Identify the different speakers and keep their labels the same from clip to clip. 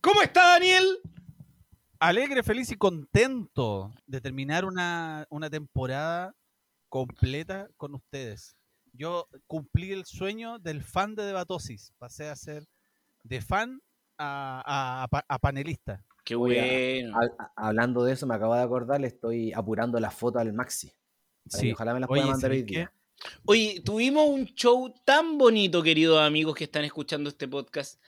Speaker 1: ¿Cómo está Daniel?
Speaker 2: Alegre, feliz y contento de terminar una, una temporada completa con ustedes. Yo cumplí el sueño del fan de Debatosis. Pasé a ser de fan a, a- a panelista.
Speaker 3: Qué
Speaker 4: Oye,
Speaker 3: bueno.
Speaker 4: Hab- Hablando de eso, me acabo de acordar, le estoy apurando la foto al Maxi. para que ojalá me las pueda
Speaker 2: Oye,
Speaker 4: mandar hoy
Speaker 2: ¿sabes qué?
Speaker 4: día.
Speaker 3: Oye, tuvimos un show tan bonito, queridos amigos que están escuchando este podcast.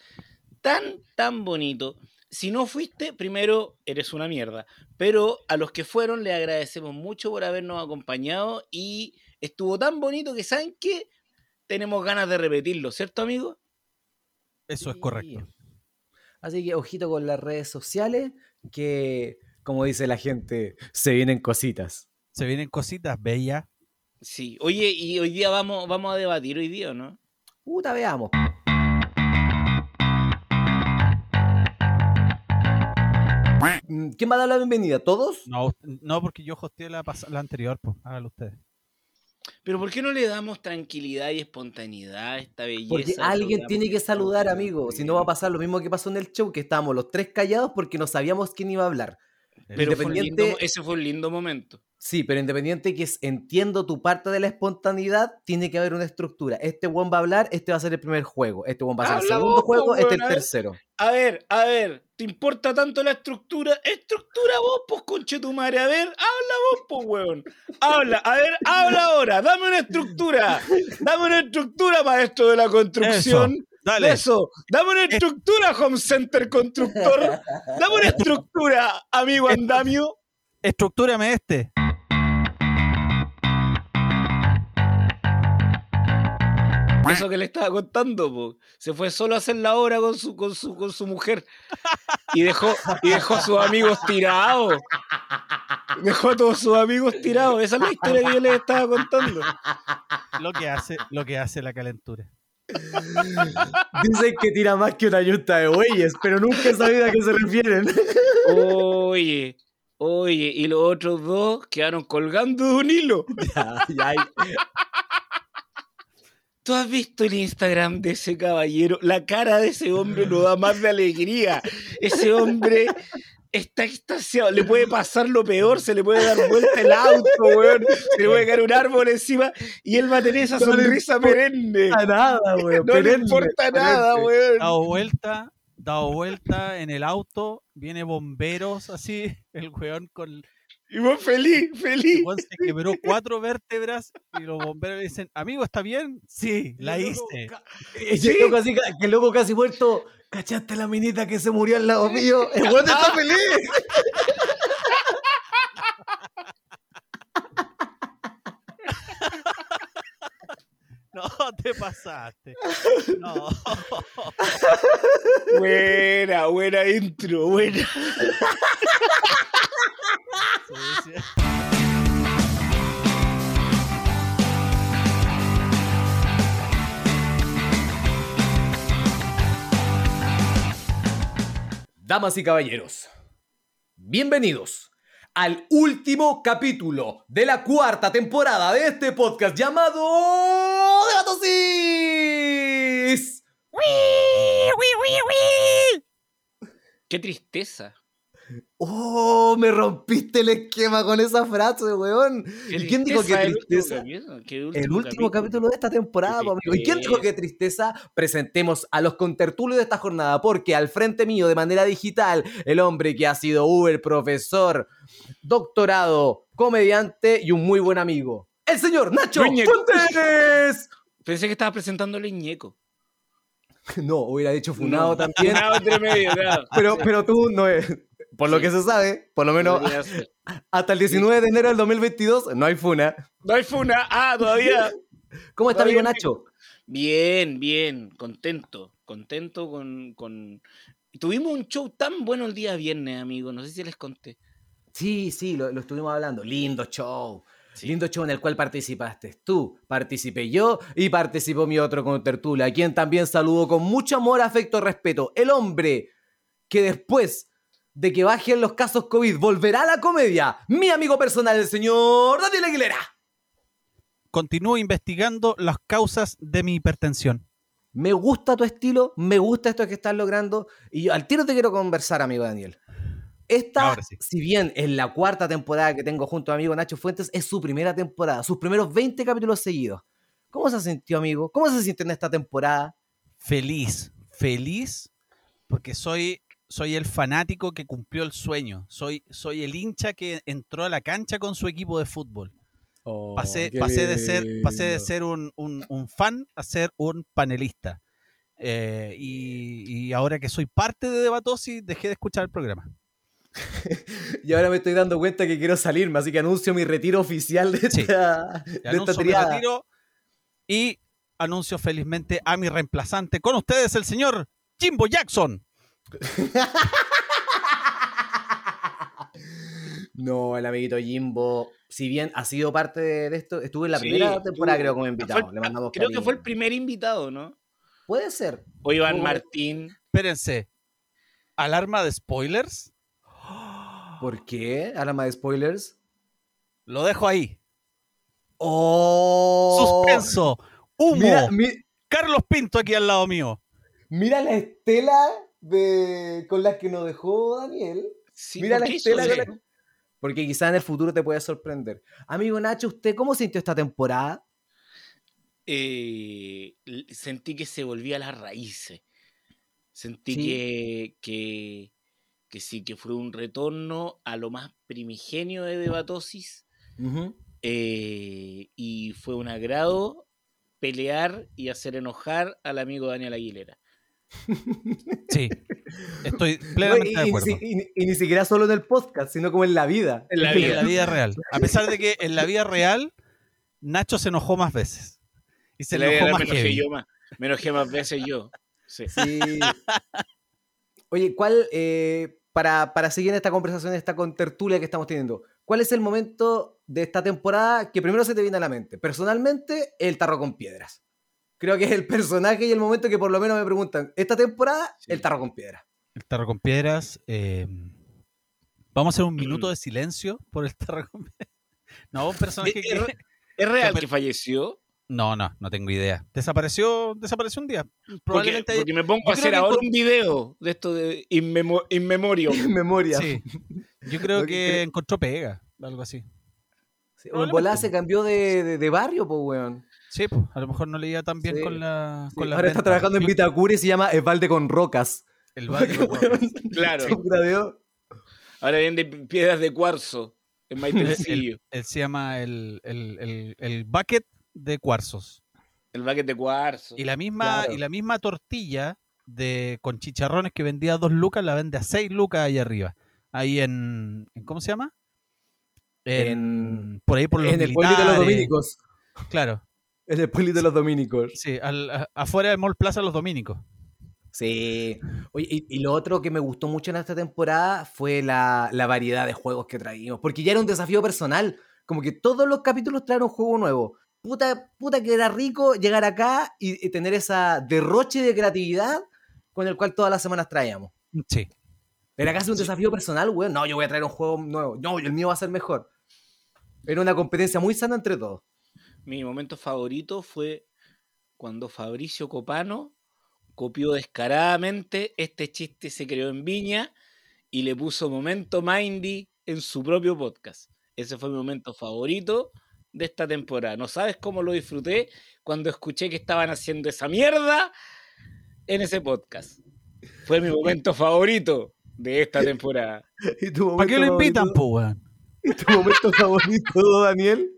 Speaker 3: Tan, tan bonito. Si no fuiste, primero eres una mierda. Pero a los que fueron le agradecemos mucho por habernos acompañado y estuvo tan bonito que saben que tenemos ganas de repetirlo, ¿cierto, amigo?
Speaker 2: Eso es correcto.
Speaker 4: Sí. Así que ojito con las redes sociales, que como dice la gente, se vienen cositas.
Speaker 2: Se vienen cositas bellas.
Speaker 3: Sí. Oye, y hoy día vamos, vamos a debatir hoy día, ¿o ¿no?
Speaker 4: Puta, veamos. Mm, ¿Quién va a dar la bienvenida? ¿Todos?
Speaker 2: No, no porque yo hosteé la, pas- la anterior, pues hágalo ustedes.
Speaker 3: Pero ¿por qué no le damos tranquilidad y espontaneidad a esta belleza?
Speaker 4: Porque
Speaker 3: del
Speaker 4: alguien
Speaker 3: programa?
Speaker 4: tiene que saludar, amigo. Si no va a pasar lo mismo que pasó en el show, que estábamos los tres callados porque no sabíamos quién iba a hablar.
Speaker 3: Pero fue un lindo-
Speaker 4: Independiente-
Speaker 3: ese fue un lindo momento.
Speaker 4: Sí, pero independiente que es- entiendo tu parte de la espontaneidad, tiene que haber una estructura. Este one va a hablar, este va a ser el primer juego, este one va a ser el
Speaker 3: Habla
Speaker 4: segundo
Speaker 3: vos,
Speaker 4: juego,
Speaker 3: pues,
Speaker 4: este
Speaker 3: weón,
Speaker 4: el
Speaker 3: a ver.
Speaker 4: tercero.
Speaker 3: A ver, a ver, ¿te importa tanto la estructura? Estructura vos, pues, conche tu madre. A ver, habla vos, pues, weón. Habla, a ver, habla ahora. Dame una estructura. Dame una estructura, maestro de la construcción.
Speaker 2: Dale.
Speaker 3: Eso. Dame una estructura, home center constructor. Dame una estructura, amigo andamio.
Speaker 2: Estructúrame este.
Speaker 3: Eso que le estaba contando, po. Se fue solo a hacer la obra con su, con su, con su mujer. Y dejó, y dejó a sus amigos tirados. Dejó a todos sus amigos tirados. Esa es la historia que yo les estaba contando.
Speaker 2: Lo que hace, lo que hace la calentura.
Speaker 4: Dicen que tira más que una yunta de bueyes, pero nunca he sabido a qué se refieren.
Speaker 3: Oye, oye, y los otros dos quedaron colgando de un hilo.
Speaker 4: Ya, ya,
Speaker 3: ¿Tú has visto el Instagram de ese caballero? La cara de ese hombre no da más de alegría. Ese hombre está extasiado. Le puede pasar lo peor, se le puede dar vuelta el auto, weón. Se le puede caer un árbol encima y él va a tener esa
Speaker 4: No le
Speaker 3: sonrisa perenne.
Speaker 4: importa nada, weón. Ah,
Speaker 3: No le importa nada, weón.
Speaker 2: Dado vuelta, dado vuelta en el auto, viene bomberos así, el weón con
Speaker 3: Y vos feliz, feliz.
Speaker 2: el weón se quebró cuatro vértebras y los bomberos le dicen, amigo, ¿está bien? Sí, la hice.
Speaker 4: Y el loco así, ca- que el loco casi muerto. ¿Cachaste la minita que se murió al lado mío? El weón
Speaker 3: Ah.
Speaker 4: está feliz.
Speaker 2: No, te pasaste. No.
Speaker 3: Buena, buena intro, buena.
Speaker 2: Sí, sí.
Speaker 4: Damas y caballeros, bienvenidos al último capítulo de la cuarta temporada de este podcast llamado Debatosis.
Speaker 3: Qué tristeza.
Speaker 4: Oh, me rompiste el esquema con esa frase, weón.
Speaker 3: Qué
Speaker 4: ¿Y quién dijo que
Speaker 3: el último
Speaker 4: tristeza?
Speaker 3: capítulo, que
Speaker 4: El último capítulo de esta temporada,
Speaker 3: Qué
Speaker 4: po, amigo. ¿Y quién dijo que tristeza? Presentemos a los contertulios de esta jornada, porque al frente mío, de manera digital, el hombre que ha sido Uber, profesor, doctorado, comediante y un muy buen amigo, el señor Nacho
Speaker 3: Ñeco.
Speaker 4: Fuentes.
Speaker 3: Pensé que estaba presentando el ñeco.
Speaker 4: No, hubiera dicho
Speaker 3: No,
Speaker 4: funado también,
Speaker 3: Funado entre medio, claro.
Speaker 4: pero, pero tú no es. Por lo
Speaker 3: Sí.
Speaker 4: que se sabe, por lo menos
Speaker 3: Podría ser.
Speaker 4: hasta el 19 de enero del 2022, no hay funa.
Speaker 3: No hay funa. Ah, todavía.
Speaker 4: ¿Cómo está,
Speaker 3: Todavía no.
Speaker 4: amigo Nacho?
Speaker 3: Bien, bien. Contento. Contento con, con. Tuvimos un show tan bueno el día viernes, amigo. No sé si les conté.
Speaker 4: Sí, sí, lo, lo estuvimos hablando. Lindo show.
Speaker 3: Sí.
Speaker 4: Lindo show en el cual participaste tú, participé yo y participó mi otro contertula, a quien también saludo con mucho amor, afecto, respeto. El hombre que después de que bajen los casos COVID volverá a la comedia, mi amigo personal, el señor Daniel Aguilera.
Speaker 2: Continúo investigando las causas de mi hipertensión.
Speaker 4: Me gusta tu estilo, me gusta esto que estás logrando. Y yo al tiro te quiero conversar, amigo Daniel. Esta,
Speaker 2: Ahora sí.
Speaker 4: si bien es la cuarta temporada que tengo junto a mi amigo Nacho Fuentes, es su primera temporada, sus primeros 20 capítulos seguidos. ¿Cómo se sintió, amigo? ¿Cómo se sintió en esta temporada?
Speaker 2: feliz, feliz, porque soy, soy el fanático que cumplió el sueño. Soy, soy el hincha que entró a la cancha con su equipo de fútbol.
Speaker 4: Oh,
Speaker 2: Pasé, pasé de ser, pasé de ser un, un- un fan a ser un panelista. Eh, y, y ahora que soy parte de Debatosis, dejé de escuchar el programa.
Speaker 4: Y ahora me estoy dando cuenta que quiero salirme, así que anuncio mi retiro oficial de
Speaker 2: Sí.
Speaker 4: esta,
Speaker 2: Te
Speaker 4: de esta
Speaker 2: anuncio mi
Speaker 4: triada.
Speaker 2: retiro y anuncio felizmente a mi reemplazante. Con ustedes, el señor Jimbo Jackson.
Speaker 4: No, el amiguito Jimbo, si bien ha sido parte de de esto, estuvo en la
Speaker 3: Sí,
Speaker 4: primera
Speaker 3: estuvo-
Speaker 4: temporada, creo, como
Speaker 3: Fue el-
Speaker 4: invitado. Le mandamos
Speaker 3: creo que fue el
Speaker 4: Oh, cariño.
Speaker 3: primer invitado, ¿no?
Speaker 4: Puede ser.
Speaker 3: O Iván
Speaker 4: No.
Speaker 3: Martín.
Speaker 2: Espérense. ¿Alarma de spoilers?
Speaker 4: ¿Por qué? Alama de spoilers.
Speaker 2: Lo dejo ahí.
Speaker 4: ¡Oh!
Speaker 2: Suspenso. Humo.
Speaker 4: Mira, mi-
Speaker 2: Carlos Pinto aquí al lado mío.
Speaker 4: mira la estela de, con la que nos dejó Daniel.
Speaker 3: Sí,
Speaker 4: Mira
Speaker 3: ¿por
Speaker 4: la
Speaker 3: qué
Speaker 4: estela
Speaker 3: hizo
Speaker 4: con la-
Speaker 3: eso?
Speaker 4: Porque quizá en el futuro te puede sorprender. Amigo Nacho, ¿usted cómo sintió esta temporada?
Speaker 3: Eh, l- sentí que se volvía a las raíces. Sentí
Speaker 4: Sí.
Speaker 3: que, que, que sí, que fue un retorno a lo más primigenio de Debatosis. eh, y fue un agrado pelear y hacer enojar al amigo Daniel Aguilera.
Speaker 2: Sí. Estoy
Speaker 4: No,
Speaker 2: plenamente
Speaker 4: y,
Speaker 2: de
Speaker 4: y ni
Speaker 2: acuerdo.
Speaker 4: si- y ni- y ni siquiera solo en el podcast, sino como en la vida.
Speaker 3: En la
Speaker 2: En la vida real. A pesar de que en la vida real, Nacho se enojó más veces. Y se
Speaker 3: La
Speaker 2: enojó
Speaker 3: verdad,
Speaker 2: más
Speaker 3: me enojé
Speaker 2: heavy.
Speaker 3: yo más. Me enojé más veces yo. Sí.
Speaker 4: Sí. Oye, ¿cuál, eh, para, para seguir en esta conversación, esta contertulia que estamos teniendo, cuál es el momento de esta temporada que primero se te viene a la mente? Personalmente, el tarro con piedras. Creo que es el personaje y el momento que por lo menos me preguntan, esta temporada,
Speaker 3: Sí.
Speaker 4: el tarro con piedras.
Speaker 2: El tarro con piedras. eh, vamos a hacer un
Speaker 3: Mm.
Speaker 2: minuto de silencio por el tarro con piedras. No, un
Speaker 3: Eh,
Speaker 2: personaje que.
Speaker 3: ¿Es real
Speaker 2: pero-
Speaker 3: que falleció?
Speaker 2: No, no, no tengo idea. Desapareció, desapareció un día.
Speaker 3: Porque,
Speaker 2: Probablemente.
Speaker 3: porque me pongo
Speaker 2: yo
Speaker 3: a
Speaker 2: creo
Speaker 3: hacer
Speaker 2: que
Speaker 3: ahora
Speaker 2: con-
Speaker 3: un video de esto de In, memo- in Memoriam.
Speaker 4: En memoria.
Speaker 2: sí. Yo creo
Speaker 4: Lo que
Speaker 2: que
Speaker 4: creo-
Speaker 2: encontró pega, algo así.
Speaker 4: Sí, o en volá
Speaker 2: Probablemente.
Speaker 4: se cambió de, de- de barrio, pues, weón.
Speaker 2: Sí, pues, a lo mejor no le iba tan bien
Speaker 4: Sí,
Speaker 2: con la.
Speaker 4: Sí,
Speaker 2: Con las
Speaker 4: ahora está
Speaker 2: ventas.
Speaker 4: trabajando en
Speaker 2: Yo-
Speaker 4: Vitacura y se llama Esbalde con Rocas.
Speaker 2: El barrio
Speaker 4: Porque,
Speaker 2: Roca.
Speaker 4: weón, se
Speaker 3: Claro.
Speaker 4: gradeó.
Speaker 3: Ahora viene piedras de cuarzo en Maitencillo.
Speaker 2: Él se llama el, el, el, el bucket de cuarzos.
Speaker 3: El bucket de cuarzo.
Speaker 2: Y la misma,
Speaker 4: Claro.
Speaker 2: y la misma tortilla de con chicharrones que vendía a dos lucas, la vende a seis lucas ahí arriba. Ahí en. en- ¿Cómo se llama?
Speaker 4: En-
Speaker 2: por ahí por los
Speaker 4: en el pueblito de los
Speaker 2: militares.
Speaker 4: dominicos.
Speaker 2: Claro.
Speaker 4: En el pueblito de los dominicos.
Speaker 2: Sí, al- a- afuera del Mall Plaza Los Dominicos.
Speaker 4: Sí. Oye, y, y lo otro que me gustó mucho en esta temporada fue la, la variedad de juegos que traímos, porque ya era un desafío personal, como que todos los capítulos traen un juego nuevo. Puta, puta que era rico llegar acá y, y tener esa derroche de creatividad con el cual todas las semanas traíamos.
Speaker 2: Sí.
Speaker 4: Era casi un desafío personal, weón. No, yo voy a traer un juego nuevo. No, el mío va a ser mejor. Era una competencia muy sana entre todos.
Speaker 3: Mi momento favorito fue cuando Fabricio Copano copió descaradamente este chiste se creó en Viña y le puso momento Mindy en su propio podcast. Ese fue mi momento favorito de esta temporada. No sabes cómo lo disfruté cuando escuché que estaban haciendo esa mierda en ese podcast. Fue mi momento favorito de esta temporada.
Speaker 4: Y tu
Speaker 2: ¿Para qué lo
Speaker 4: momento
Speaker 2: invitan,
Speaker 4: favorito-
Speaker 2: po, weón?
Speaker 4: y tu momento favorito, Daniel?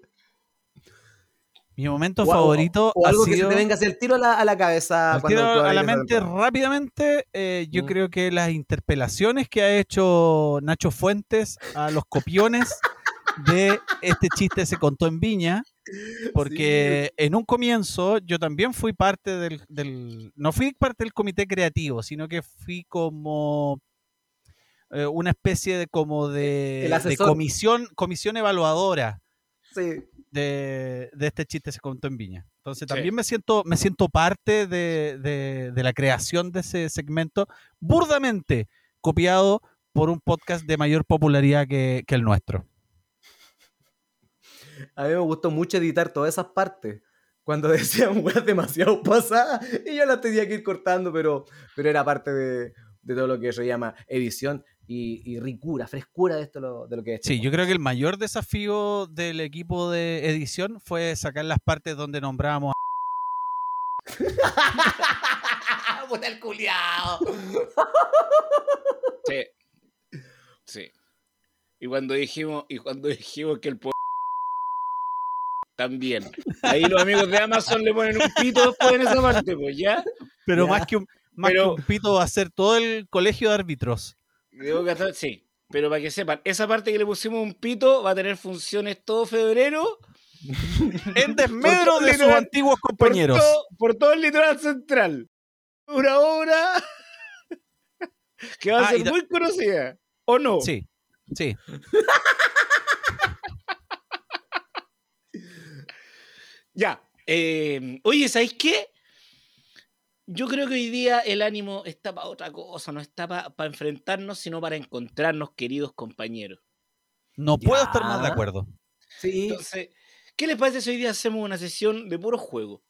Speaker 2: Mi momento
Speaker 4: O- o-
Speaker 2: favorito
Speaker 4: o,
Speaker 2: ha
Speaker 4: algo que se
Speaker 2: sido-
Speaker 4: te venga hacia el tiro a la, a la cabeza.
Speaker 2: Al
Speaker 4: cuando
Speaker 2: tiro
Speaker 4: tú
Speaker 2: a la
Speaker 4: hables de esa
Speaker 2: mente
Speaker 4: temporada.
Speaker 2: rápidamente, eh, yo
Speaker 4: Mm.
Speaker 2: creo que las interpelaciones que ha hecho Nacho Fuentes a los copiones de este chiste se contó en Viña, porque en un comienzo yo también fui parte del, del- no fui parte del comité creativo, sino que fui como eh, una especie de como de,
Speaker 4: El
Speaker 2: de
Speaker 4: asesor.
Speaker 2: comisión, comisión evaluadora
Speaker 4: Sí.
Speaker 2: de, de este chiste se contó en Viña. Entonces
Speaker 3: Sí.
Speaker 2: también me siento, me siento parte de, de- de la creación de ese segmento, burdamente copiado por un podcast de mayor popularidad que, que el nuestro.
Speaker 4: A mí me gustó mucho editar todas esas partes. cuando decían weas demasiado pasadas y yo las tenía que ir cortando, pero, pero era parte de, de todo lo que se llama edición y, y ricura, frescura de esto lo- de lo que es. este
Speaker 2: Sí, yo creo que el mayor desafío del equipo de edición fue sacar las partes donde nombrábamos a-
Speaker 4: ¡Puta el culiao!
Speaker 3: Sí. Sí. Y cuando dijimos, y cuando dijimos que el po- también. Ahí los amigos de Amazon le ponen un pito después en esa parte, pues ya.
Speaker 2: Pero
Speaker 4: Ya.
Speaker 2: más que un más
Speaker 3: Pero-
Speaker 2: que un pito va a ser todo el colegio de árbitros.
Speaker 3: Debo gastar- sí. Pero para que sepan, esa parte que le pusimos un pito va a tener funciones todo febrero
Speaker 2: En desmedro
Speaker 3: Por-
Speaker 2: de sus
Speaker 3: literal-
Speaker 2: antiguos
Speaker 3: por,
Speaker 2: compañeros.
Speaker 3: todo, por todo el litoral central. Una obra que va a
Speaker 2: Ah, y
Speaker 3: ser
Speaker 2: ta-
Speaker 3: muy conocida. ¿O no?
Speaker 2: Sí, sí.
Speaker 3: Ya. eh, oye, ¿sabéis qué? Yo creo que hoy día el ánimo está para otra cosa, no está para enfrentarnos, sino para encontrarnos, queridos compañeros.
Speaker 2: No puedo
Speaker 4: Ya.
Speaker 2: estar más de acuerdo.
Speaker 4: Sí,
Speaker 3: Entonces, ¿qué les parece si hoy día hacemos una sesión de puro juego?